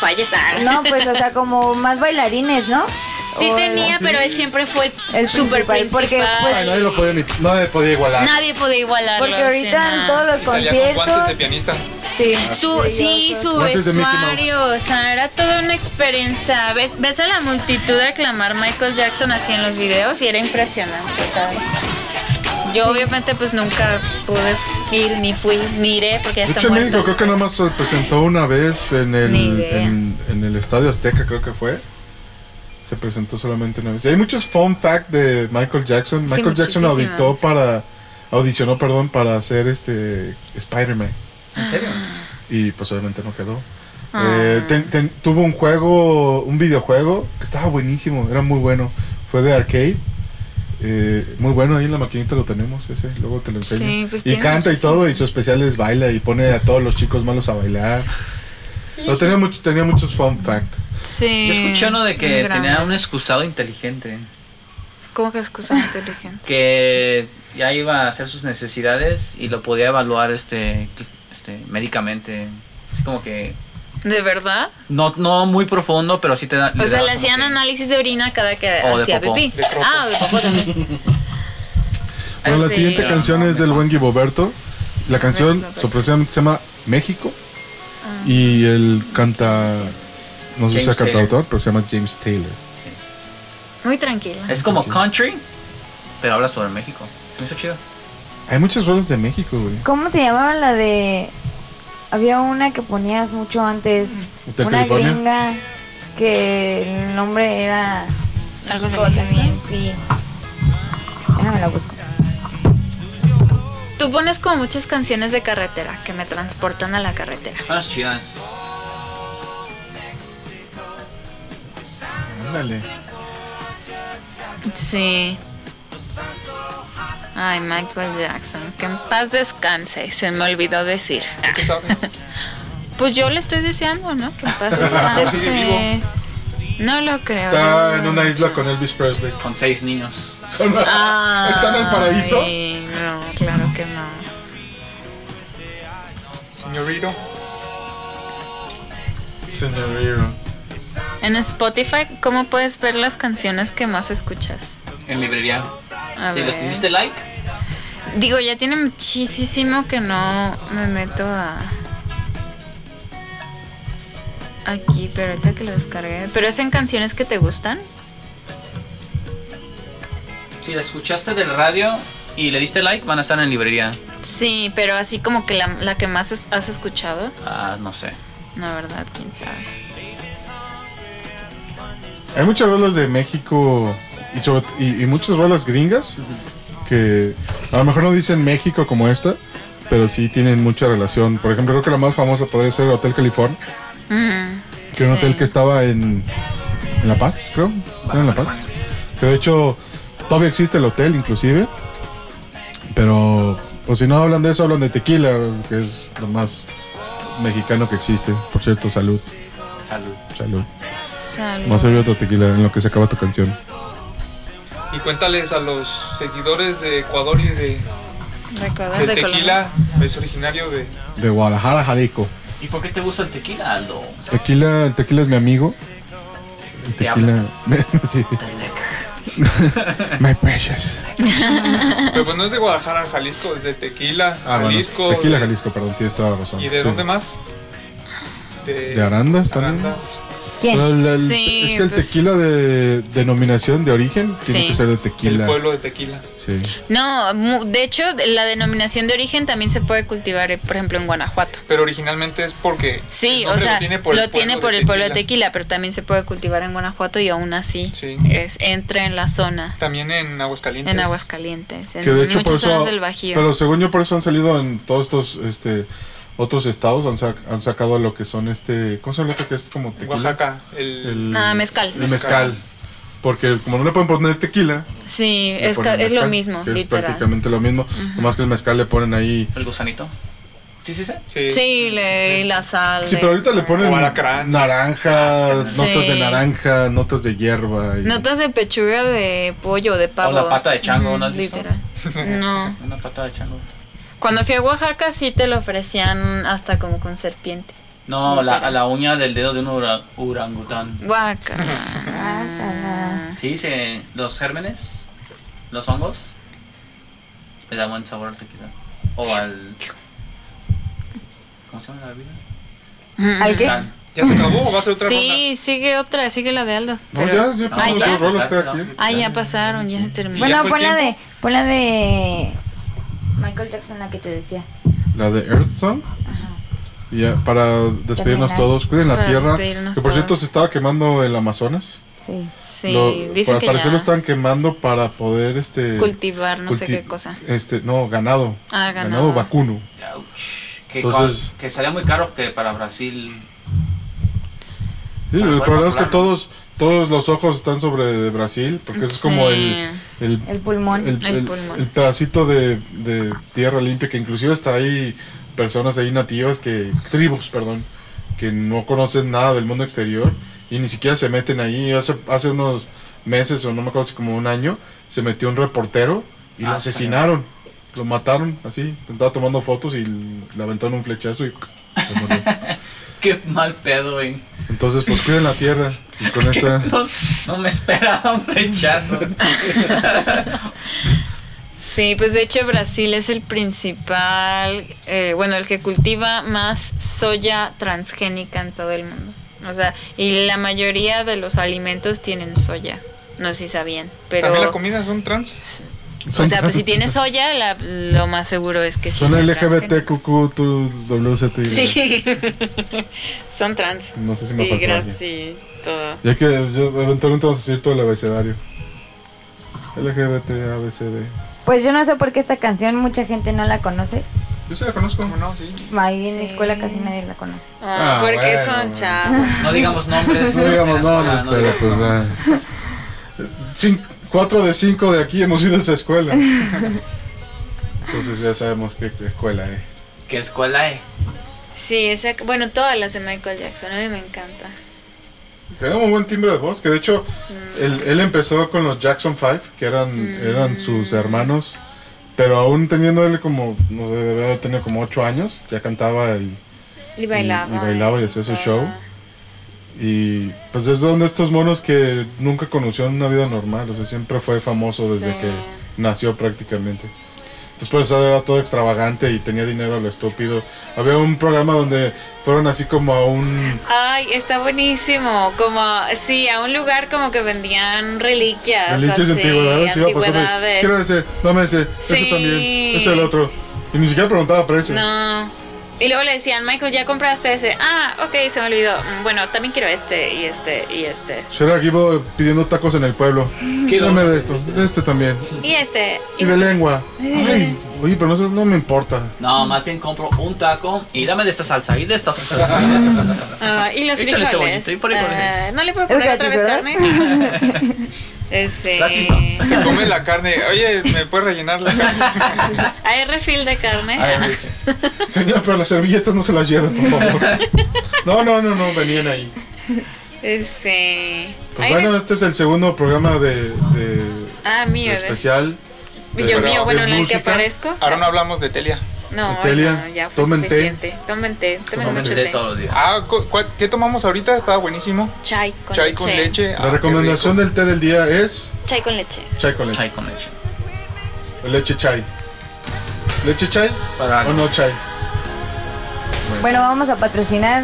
Speaker 5: Falles, ah.
Speaker 4: no, pues, o sea, como más bailarines, ¿no?
Speaker 5: Sí
Speaker 4: O el-
Speaker 5: tenía, pero él siempre fue
Speaker 4: El
Speaker 5: el super
Speaker 4: principal,
Speaker 5: principal.
Speaker 4: porque, pues,
Speaker 3: Ay, nadie lo podía, ni- nadie podía igualar.
Speaker 5: Nadie podía igualarlo.
Speaker 4: Porque ahorita en
Speaker 5: sí,
Speaker 4: todos los
Speaker 6: Y salía con guantes de
Speaker 4: conciertos,
Speaker 6: pianista.
Speaker 4: sí,
Speaker 5: Su, sí, su
Speaker 3: Guantes de Mickey
Speaker 5: vestuario, o sea, era toda una experiencia. ¿Ves, ves a la multitud aclamar Michael Jackson así en los videos y era impresionante, o sea. Yo obviamente pues nunca pude ir, ni fui, ni iré porque ya
Speaker 3: De
Speaker 5: está
Speaker 3: hecho, en México
Speaker 5: muerto.
Speaker 3: creo que nada más se presentó una vez en el,
Speaker 5: Ni idea.
Speaker 3: en, en el Estadio Azteca, creo que fue. Se presentó solamente una vez. Y hay muchos fun fact de Michael Jackson.
Speaker 5: Sí,
Speaker 3: Michael Jackson
Speaker 5: muchísimos.
Speaker 3: auditó para, audicionó perdón, para hacer este Spider-Man.
Speaker 2: ¿En serio?
Speaker 5: Ah,
Speaker 3: Y pues obviamente no quedó. Eh, ten- ten- tuvo un juego, un videojuego que estaba buenísimo, era muy bueno. Fue de arcade. eh, muy bueno, ahí en la maquinita lo tenemos, ese, luego te lo enseño.
Speaker 5: Sí, pues
Speaker 3: y
Speaker 5: tiene
Speaker 3: canta y todo, y su especial es baila y pone a todos los chicos malos a bailar. Lo tenía, mucho, tenía muchos fun fact.
Speaker 5: Sí.
Speaker 2: Yo escuché uno de que
Speaker 5: un gran-
Speaker 2: tenía un excusado inteligente.
Speaker 5: ¿Cómo que excusa inteligente?
Speaker 2: que ya iba a hacer sus necesidades y lo podía evaluar este, este médicamente. Es como que
Speaker 5: ¿De verdad?
Speaker 2: no, no muy profundo, pero sí te da.
Speaker 5: O
Speaker 2: daba
Speaker 5: sea, le
Speaker 2: como
Speaker 5: hacían
Speaker 2: que-
Speaker 5: análisis de orina cada que
Speaker 2: O de
Speaker 5: hacía
Speaker 2: popó.
Speaker 5: pipí.
Speaker 6: De trofo.
Speaker 5: ah, de popó también.
Speaker 3: Bueno, la
Speaker 5: Sí.
Speaker 3: siguiente canción es del buen Giboberto. La canción
Speaker 5: Giboberto.
Speaker 3: sorpresivamente se llama México.
Speaker 5: Ah.
Speaker 3: Y él canta, no sé si sea
Speaker 2: James Taylor.
Speaker 3: cantautor, pero se llama James Taylor.
Speaker 5: Muy tranquila.
Speaker 2: Es como country, pero habla sobre México. Me hizo chido.
Speaker 3: Hay muchos roles de México, güey.
Speaker 4: ¿cómo se llamaba la de, había una que ponías mucho antes,
Speaker 3: ¿Hotel
Speaker 4: una
Speaker 3: California?
Speaker 4: gringa que el nombre era...
Speaker 5: Algo de
Speaker 4: México
Speaker 5: México.
Speaker 4: también, sí. Déjame la busco.
Speaker 5: Tú pones como muchas canciones de carretera que me transportan a la carretera.
Speaker 2: Unas chidas.
Speaker 3: Ándale.
Speaker 5: Sí. Ay, Michael Jackson, que en paz descanse, se me olvidó decir.
Speaker 6: ¿Tú qué sabes?
Speaker 5: Pues yo le estoy deseando, ¿no? Que en paz
Speaker 6: mejor sigue
Speaker 5: descanse. No lo creo.
Speaker 3: Está
Speaker 5: yo-
Speaker 3: en una isla con Elvis Presley.
Speaker 2: Con seis niños.
Speaker 5: Ay,
Speaker 3: ¿Está en el paraíso?
Speaker 5: No, claro que no.
Speaker 6: Señorito.
Speaker 3: Señorero.
Speaker 5: En Spotify, ¿cómo puedes ver las canciones que más escuchas?
Speaker 2: En librería.
Speaker 5: A
Speaker 2: Si
Speaker 5: ver.
Speaker 2: les hiciste like,
Speaker 5: Digo, ya tiene muchísimo que no me meto a. Aquí, pero ahorita que lo descargué. ¿Pero es en canciones que te gustan?
Speaker 2: si la escuchaste del radio y le diste like, van a estar en librería.
Speaker 5: Sí, pero así como que la, la que más es- has escuchado.
Speaker 2: Ah, no sé.
Speaker 5: No, ¿verdad? ¿Quién sabe?
Speaker 3: Hay muchos rolas de México y, sobre, y, y muchas rolas gringas que a lo mejor no dicen México como esta, pero sí tienen mucha relación. Por ejemplo, creo que la más famosa podría ser Hotel California,
Speaker 5: Mm,
Speaker 3: que era un
Speaker 5: sí.
Speaker 3: hotel que estaba en, en La Paz, creo. Era en La Paz. Que de hecho todavía existe el hotel inclusive, pero pues si no hablan de eso, hablan de tequila, que es lo más mexicano que existe. Por cierto, salud,
Speaker 2: Salud.
Speaker 3: salud.
Speaker 5: Salud.
Speaker 3: Más servido otro tequila en lo que se acaba tu canción.
Speaker 6: Y cuéntales a los seguidores de Ecuador y de,
Speaker 5: Recuerdas
Speaker 6: de
Speaker 5: de Colombia?
Speaker 6: Tequila. Es originario de.
Speaker 3: De Guadalajara, Jalisco.
Speaker 2: ¿Y por qué te gusta el tequila, Aldo?
Speaker 3: Tequila, el tequila es mi amigo. El
Speaker 2: Te
Speaker 3: tequila. sí. My precious.
Speaker 6: Pero pues no es de Guadalajara, Jalisco, es de Tequila,
Speaker 3: Ah, bueno,
Speaker 6: Jalisco.
Speaker 3: tequila,
Speaker 6: de-
Speaker 3: Jalisco, perdón, tienes toda la razón.
Speaker 6: ¿Y de
Speaker 3: Sí.
Speaker 6: dónde más?
Speaker 3: De Arandas también.
Speaker 6: Arandas.
Speaker 4: ¿Quién?
Speaker 3: El- el-
Speaker 5: Sí,
Speaker 3: es que el
Speaker 5: pues-
Speaker 3: tequila de denominación de origen tiene
Speaker 5: Sí.
Speaker 3: que ser de
Speaker 6: El
Speaker 3: tequila.
Speaker 6: pueblo de Tequila.
Speaker 3: Sí.
Speaker 5: No, mu- de hecho, la denominación de origen también se puede cultivar, eh, por ejemplo, en Guanajuato.
Speaker 6: Pero originalmente es porque. el
Speaker 5: Sí, o
Speaker 6: nombre
Speaker 5: sea, lo tiene por, el,
Speaker 6: de
Speaker 5: pueblo de Tequila, pero también se puede cultivar en Guanajuato y aún así
Speaker 6: Sí.
Speaker 5: es, entra en la zona,
Speaker 6: También en Aguascalientes.
Speaker 5: en Aguascalientes, en
Speaker 3: Que de hecho por
Speaker 5: muchas
Speaker 3: eso.
Speaker 5: zonas del Bajío.
Speaker 3: Pero según yo por eso han salido en todos estos este otros estados han, sac- han sacado lo que son este ¿cómo se llama el otro que es como tequila?
Speaker 6: Oaxaca. El,
Speaker 3: El-
Speaker 5: Ah, mezcal.
Speaker 3: El mezcal. Porque como no le pueden poner tequila,
Speaker 5: sí,
Speaker 3: le
Speaker 5: es,
Speaker 3: ponen
Speaker 5: ca- es lo
Speaker 3: mezcal,
Speaker 5: mismo,
Speaker 3: que es
Speaker 5: literal.
Speaker 3: prácticamente lo mismo. Nomás que el mezcal le ponen ahí.
Speaker 2: ¿El gusanito? Sí, sí, sí.
Speaker 6: sí.
Speaker 5: Sí, le- y la sal.
Speaker 3: Sí,
Speaker 5: de-
Speaker 3: pero ahorita le ponen
Speaker 6: O alacrán.
Speaker 3: naranjas,
Speaker 5: Sí.
Speaker 3: notas de naranja, notas de hierba. y-
Speaker 5: Notas de pechuga de pollo, de pavo.
Speaker 2: O la pata de chango, ¿no has visto?
Speaker 5: Literal. No.
Speaker 2: Una patada de chango.
Speaker 5: Cuando fui a Oaxaca sí te lo ofrecían hasta como con serpiente.
Speaker 2: No, la,
Speaker 5: Literal.
Speaker 2: a la uña del dedo de un ura- orangután.
Speaker 5: Guácala.
Speaker 2: Sí, se, los gérmenes, los hongos, le dan buen sabor al tequila. O al. ¿Cómo se llama la bebida?
Speaker 4: ¿Al qué?
Speaker 2: Mezcal.
Speaker 6: ¿Ya se acabó o va a ser otra ronda?
Speaker 5: Sí, sigue otra, sigue la de Aldo.
Speaker 3: No,
Speaker 5: pero-
Speaker 3: ya, ya
Speaker 5: Ah,
Speaker 3: ponemos
Speaker 5: ya.
Speaker 3: los rolos cada
Speaker 2: Exacto.
Speaker 3: quien.
Speaker 5: Ah, ya pasaron, ya se terminó.
Speaker 6: ya
Speaker 4: Bueno,
Speaker 6: fue
Speaker 4: pon la de.
Speaker 6: tiempo.
Speaker 4: Pon la de. Michael Jackson, la que te decía.
Speaker 3: La de Earth Song. Y ya, para despedirnos
Speaker 4: Terminar.
Speaker 3: todos, cuiden la
Speaker 5: Para
Speaker 3: tierra. Que
Speaker 5: despedirnos
Speaker 3: por cierto
Speaker 5: todos.
Speaker 3: se estaba quemando el Amazonas.
Speaker 4: Sí.
Speaker 5: sí,
Speaker 3: Lo-
Speaker 5: dicen
Speaker 3: al
Speaker 5: que
Speaker 3: parecer
Speaker 5: ya
Speaker 3: lo están quemando para poder este
Speaker 5: cultivar no sé
Speaker 3: culti-
Speaker 5: qué cosa.
Speaker 3: Este, no, ganado.
Speaker 5: Ah,
Speaker 3: ganado
Speaker 5: ganado.
Speaker 3: vacuno.
Speaker 2: Ouch. Que,
Speaker 3: Entonces-
Speaker 2: cos- que salía muy caro que para Brasil.
Speaker 3: Sí,
Speaker 2: Para
Speaker 3: el
Speaker 2: poder
Speaker 3: problema es que
Speaker 2: controlarlo.
Speaker 3: todos, todos los ojos están sobre Brasil, porque eso es como
Speaker 5: Sí.
Speaker 3: el, el,
Speaker 4: El pulmón.
Speaker 3: el-
Speaker 5: El
Speaker 3: el-
Speaker 5: pulmón.
Speaker 3: el pedacito de, de tierra limpia, que inclusive está ahí personas ahí nativas, que tribus, perdón, que no conocen nada del mundo exterior y ni siquiera se meten ahí. Hace, hace unos meses, o no me acuerdo si como un año, se metió un reportero y lo
Speaker 2: Ah, sí.
Speaker 3: asesinaron. Lo mataron así, estaba tomando fotos y le aventaron un flechazo y... se murió.
Speaker 2: Qué mal pedo, güey.
Speaker 3: Entonces, pues cuiden la tierra. Y con esta...
Speaker 2: No, no me esperaba un rechazo.
Speaker 5: Sí, pues de hecho Brasil es el principal, eh, bueno, el que cultiva más soya transgénica en todo el mundo. O sea, y la mayoría de los alimentos tienen soya. No sé si sabían, pero...
Speaker 6: También la comida es un trans.
Speaker 5: O sea, pues si tiene soya, la- lo más seguro es que sí.
Speaker 3: Son
Speaker 5: sea
Speaker 3: LGBT,
Speaker 5: transgénico.
Speaker 3: QQ, tu WCT.
Speaker 5: Sí. Son trans.
Speaker 3: No sé si me faltó
Speaker 5: Tigras
Speaker 3: alguien.
Speaker 5: y todo.
Speaker 3: Ya que yo, eventualmente vamos a decir todo el abecedario. LGBT, ABCD.
Speaker 4: Pues yo no sé por qué esta canción mucha gente no la conoce.
Speaker 3: Yo sí la conozco.
Speaker 6: ¿Cómo no? Sí.
Speaker 4: Ahí en mi
Speaker 5: Sí.
Speaker 4: escuela casi nadie la conoce.
Speaker 3: Ah,
Speaker 5: Ah, porque
Speaker 3: bueno,
Speaker 5: son
Speaker 3: bueno.
Speaker 5: chavos.
Speaker 2: No digamos nombres.
Speaker 3: No digamos
Speaker 2: de la escuela,
Speaker 3: nombres,
Speaker 2: no
Speaker 3: pero
Speaker 2: digamos
Speaker 3: pues...
Speaker 2: nombres.
Speaker 3: ah. Cin- cuatro de cinco de aquí hemos ido a esa escuela. Entonces ya sabemos qué qué escuela es.
Speaker 2: ¿Qué escuela eh? es?
Speaker 5: Sí, esa, bueno, todas las de Michael Jackson, a mí me encanta.
Speaker 3: Tenía un buen timbre de voz, que de hecho él, él empezó con los Jackson 5, que eran,
Speaker 6: Mm.
Speaker 3: eran sus hermanos, pero aún teniendo él como, no sé, debe haber tenido como 8 años, ya cantaba y,
Speaker 5: Y bailaba.
Speaker 3: y bailaba y hacía su show. Y pues es donde estos monos que nunca conocieron una vida normal, o sea, siempre fue famoso desde
Speaker 5: Sí.
Speaker 3: que nació prácticamente. Después era todo extravagante y tenía dinero a lo estúpido. Había un programa donde fueron así como a un...
Speaker 5: Ay, está buenísimo. Como, sí, a un lugar como que vendían reliquias.
Speaker 3: Reliquias de
Speaker 5: así,
Speaker 3: antigüedades, iba pasando.
Speaker 5: Ah, antigüedades.
Speaker 3: Quiero ese, dame ese,
Speaker 5: Sí.
Speaker 3: ese también, ese el otro. Y ni siquiera preguntaba precio.
Speaker 5: No. Y luego le decían, Michael, ya compraste ese. Ah, ok, se me olvidó. Mm, Bueno, también quiero este y este y este.
Speaker 3: Yo era aquí bo- pidiendo tacos en el pueblo.
Speaker 2: Quiero-
Speaker 3: Dame de estos, de este también.
Speaker 5: Y este.
Speaker 3: Y de lengua. Ay, oye, pero no, sé, no me importa.
Speaker 2: No, más bien compro un taco y dame de esta salsa y de esta otra salsa. y de esta otra salsa.
Speaker 5: Ah, y los
Speaker 2: Échale
Speaker 5: frijoles.
Speaker 2: cebollita y ponle
Speaker 5: Ah,
Speaker 2: frijoles.
Speaker 5: no le puedo
Speaker 4: Es
Speaker 5: poner otra vez
Speaker 4: gratis,
Speaker 5: carne. Eh, Ese.
Speaker 2: Gratis, ¿no?
Speaker 6: Te come la carne. Oye, ¿me puedes rellenar la carne?
Speaker 5: Hay refil de carne.
Speaker 2: A ver,
Speaker 3: Señor, pero las servilletas no se las lleve, por favor. No, no, no, no, venían ahí.
Speaker 5: Ese.
Speaker 3: Pues
Speaker 5: Eh, Hay
Speaker 3: bueno,
Speaker 5: re-
Speaker 3: este es el segundo programa de, de-
Speaker 5: ah, mío.
Speaker 3: de
Speaker 5: de-
Speaker 3: especial. de-
Speaker 5: Yo
Speaker 6: de-
Speaker 5: mío, bueno,
Speaker 3: de
Speaker 5: en el que
Speaker 3: música.
Speaker 5: aparezco.
Speaker 6: Ahora no hablamos de Telia.
Speaker 5: No, hoy
Speaker 3: Natalia,
Speaker 5: no, ya fue
Speaker 3: tomen té.
Speaker 5: suficiente. Tomen té, tomen
Speaker 2: Tomen
Speaker 5: mucho
Speaker 2: té
Speaker 5: té.
Speaker 2: todos los días.
Speaker 6: Ah, cu- cuál- ¿qué tomamos ahorita? Estaba buenísimo.
Speaker 5: Chai con
Speaker 6: chai
Speaker 5: leche.
Speaker 6: con leche. Ah,
Speaker 3: La recomendación
Speaker 6: qué
Speaker 3: del té del día es
Speaker 5: Chai con leche.
Speaker 3: chai con leche.
Speaker 2: Chai con leche.
Speaker 3: O Leche chai. ¿Leche chai
Speaker 2: Para-
Speaker 3: o no chai?
Speaker 4: Bueno, vamos a patrocinar.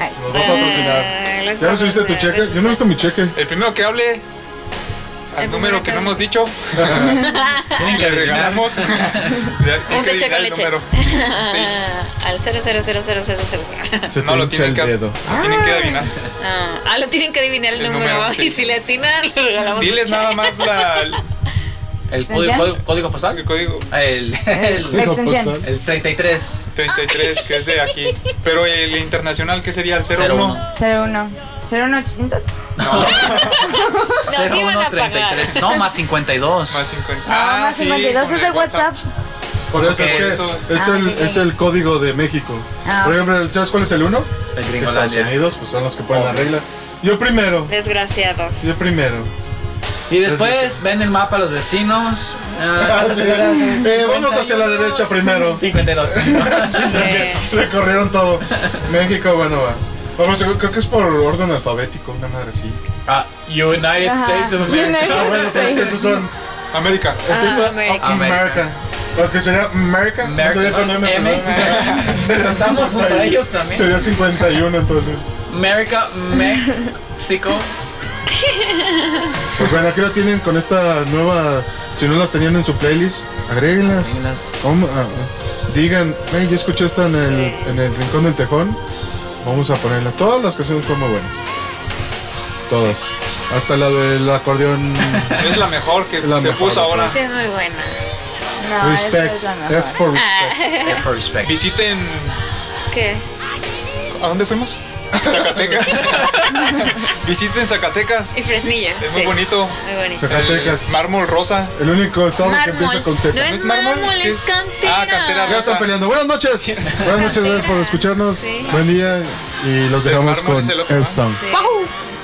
Speaker 4: Ay,
Speaker 3: Nos va a
Speaker 4: Eh,
Speaker 3: patrocinar.
Speaker 5: Ah, los
Speaker 3: ¿Ya recibiste tu
Speaker 5: vamos a-
Speaker 3: cheque? Yo no he visto mi cheque.
Speaker 6: rico. El primero que hable al
Speaker 5: El
Speaker 6: número
Speaker 5: primero
Speaker 6: que
Speaker 5: que
Speaker 6: no
Speaker 5: hable.
Speaker 6: hemos dicho,
Speaker 2: Tienen que
Speaker 6: le
Speaker 2: adivinar.
Speaker 6: regalamos. Le- hay
Speaker 5: Un
Speaker 6: que
Speaker 5: techo
Speaker 6: adivinar
Speaker 5: con
Speaker 6: el
Speaker 5: leche.
Speaker 6: número.
Speaker 5: Ah, Al 0000000.
Speaker 3: Se
Speaker 6: No
Speaker 3: te
Speaker 6: lo
Speaker 3: hincha
Speaker 6: tienen
Speaker 3: el
Speaker 6: que,
Speaker 3: dedo.
Speaker 6: lo tienen que adivinar.
Speaker 5: Ah, ah, lo tienen que adivinar el,
Speaker 6: El
Speaker 5: número.
Speaker 6: número,
Speaker 5: Y
Speaker 6: sí.
Speaker 5: si le atinan, le regalamos.
Speaker 6: Diles nada más la,
Speaker 2: El código, código- código
Speaker 6: el
Speaker 5: Ah.
Speaker 2: postal.
Speaker 6: código
Speaker 2: El, el,
Speaker 4: La extensión.
Speaker 3: postal.
Speaker 2: el 33.
Speaker 6: 33, que es de aquí. Pero el internacional, que sería el 01.
Speaker 2: 01.
Speaker 4: 01. 01800.
Speaker 5: Nos iban a pagar.
Speaker 2: 0133. No, más 52.
Speaker 6: Más 50.
Speaker 4: Ah, más
Speaker 6: sí,
Speaker 4: 52
Speaker 6: con
Speaker 4: es de
Speaker 6: el
Speaker 4: WhatsApp.
Speaker 3: Por eso es
Speaker 6: Ok,
Speaker 3: que
Speaker 6: eso es-
Speaker 3: es
Speaker 4: Ah,
Speaker 3: el,
Speaker 4: ok.
Speaker 3: es el código de México.
Speaker 4: Ah,
Speaker 3: Por
Speaker 4: ok.
Speaker 3: ejemplo, ¿sabes cuál es el uno?
Speaker 2: El
Speaker 3: De Estados
Speaker 2: Gringolandia.
Speaker 3: Unidos, pues son los que ponen la regla. Yo primero.
Speaker 5: Desgraciados.
Speaker 3: Yo primero.
Speaker 2: Y después ven el mapa a los vecinos. Ah,
Speaker 3: Ah, sí. Eh, vamos hacia la derecha primero.
Speaker 2: 52.
Speaker 5: Eh,
Speaker 3: Porque Recorrieron todo. México, bueno, va. Vamos, yo creo que es por orden alfabético, una madre así.
Speaker 2: Ah, United
Speaker 4: Ajá.
Speaker 2: States of
Speaker 3: Ah,
Speaker 2: America.
Speaker 3: bueno, pero es que esos son.
Speaker 6: América.
Speaker 2: Ah,
Speaker 3: Empieza
Speaker 5: America.
Speaker 3: America. Lo que sería America. No
Speaker 2: America.
Speaker 3: sería con M,
Speaker 2: M.
Speaker 3: perdón. Sería
Speaker 2: Estamos junto a
Speaker 3: 51.
Speaker 2: ellos también.
Speaker 3: Sería 51, entonces.
Speaker 2: America, Mexico.
Speaker 3: Pues bueno, aquí lo tienen con esta nueva. Si no las tenían en su playlist, agréguenlas. Vamos a- a- Ah, digan, "Ey, yo escuché esta en el, en el rincón del tejón. Vamos a ponerla. Todas las canciones son muy buenas. Todas. Hasta la del acordeón.
Speaker 6: Es la mejor que
Speaker 3: La
Speaker 6: se
Speaker 3: mejor.
Speaker 6: puso ahora.
Speaker 5: Sí, es muy buena.
Speaker 4: No, esta
Speaker 3: respect.
Speaker 4: es la
Speaker 3: F
Speaker 4: mejor.
Speaker 3: for respect.
Speaker 2: F for respect.
Speaker 6: Visiten.
Speaker 5: ¿Qué?
Speaker 6: ¿A dónde fuimos? Zacatecas. Visiten Zacatecas.
Speaker 5: Y Fresnillo.
Speaker 6: Es muy
Speaker 5: sí,
Speaker 6: bonito.
Speaker 5: Muy bonito.
Speaker 3: Zacatecas.
Speaker 6: El mármol rosa.
Speaker 3: El único estado que
Speaker 5: Mármol.
Speaker 3: empieza con Z.
Speaker 5: No
Speaker 6: ¿No
Speaker 5: es
Speaker 6: es mármol?
Speaker 5: mármol,
Speaker 6: ¿Qué
Speaker 5: es
Speaker 6: es?
Speaker 5: cantera.
Speaker 6: Ah, cantera.
Speaker 3: Ya están peleando. Buenas noches. Buenas noches, gracias por escucharnos.
Speaker 5: Sí.
Speaker 3: Buen día. Y los
Speaker 6: El
Speaker 3: dejamos
Speaker 6: mármol
Speaker 3: con
Speaker 6: es el otro, ¿no?
Speaker 3: Earthbound.
Speaker 5: Sí.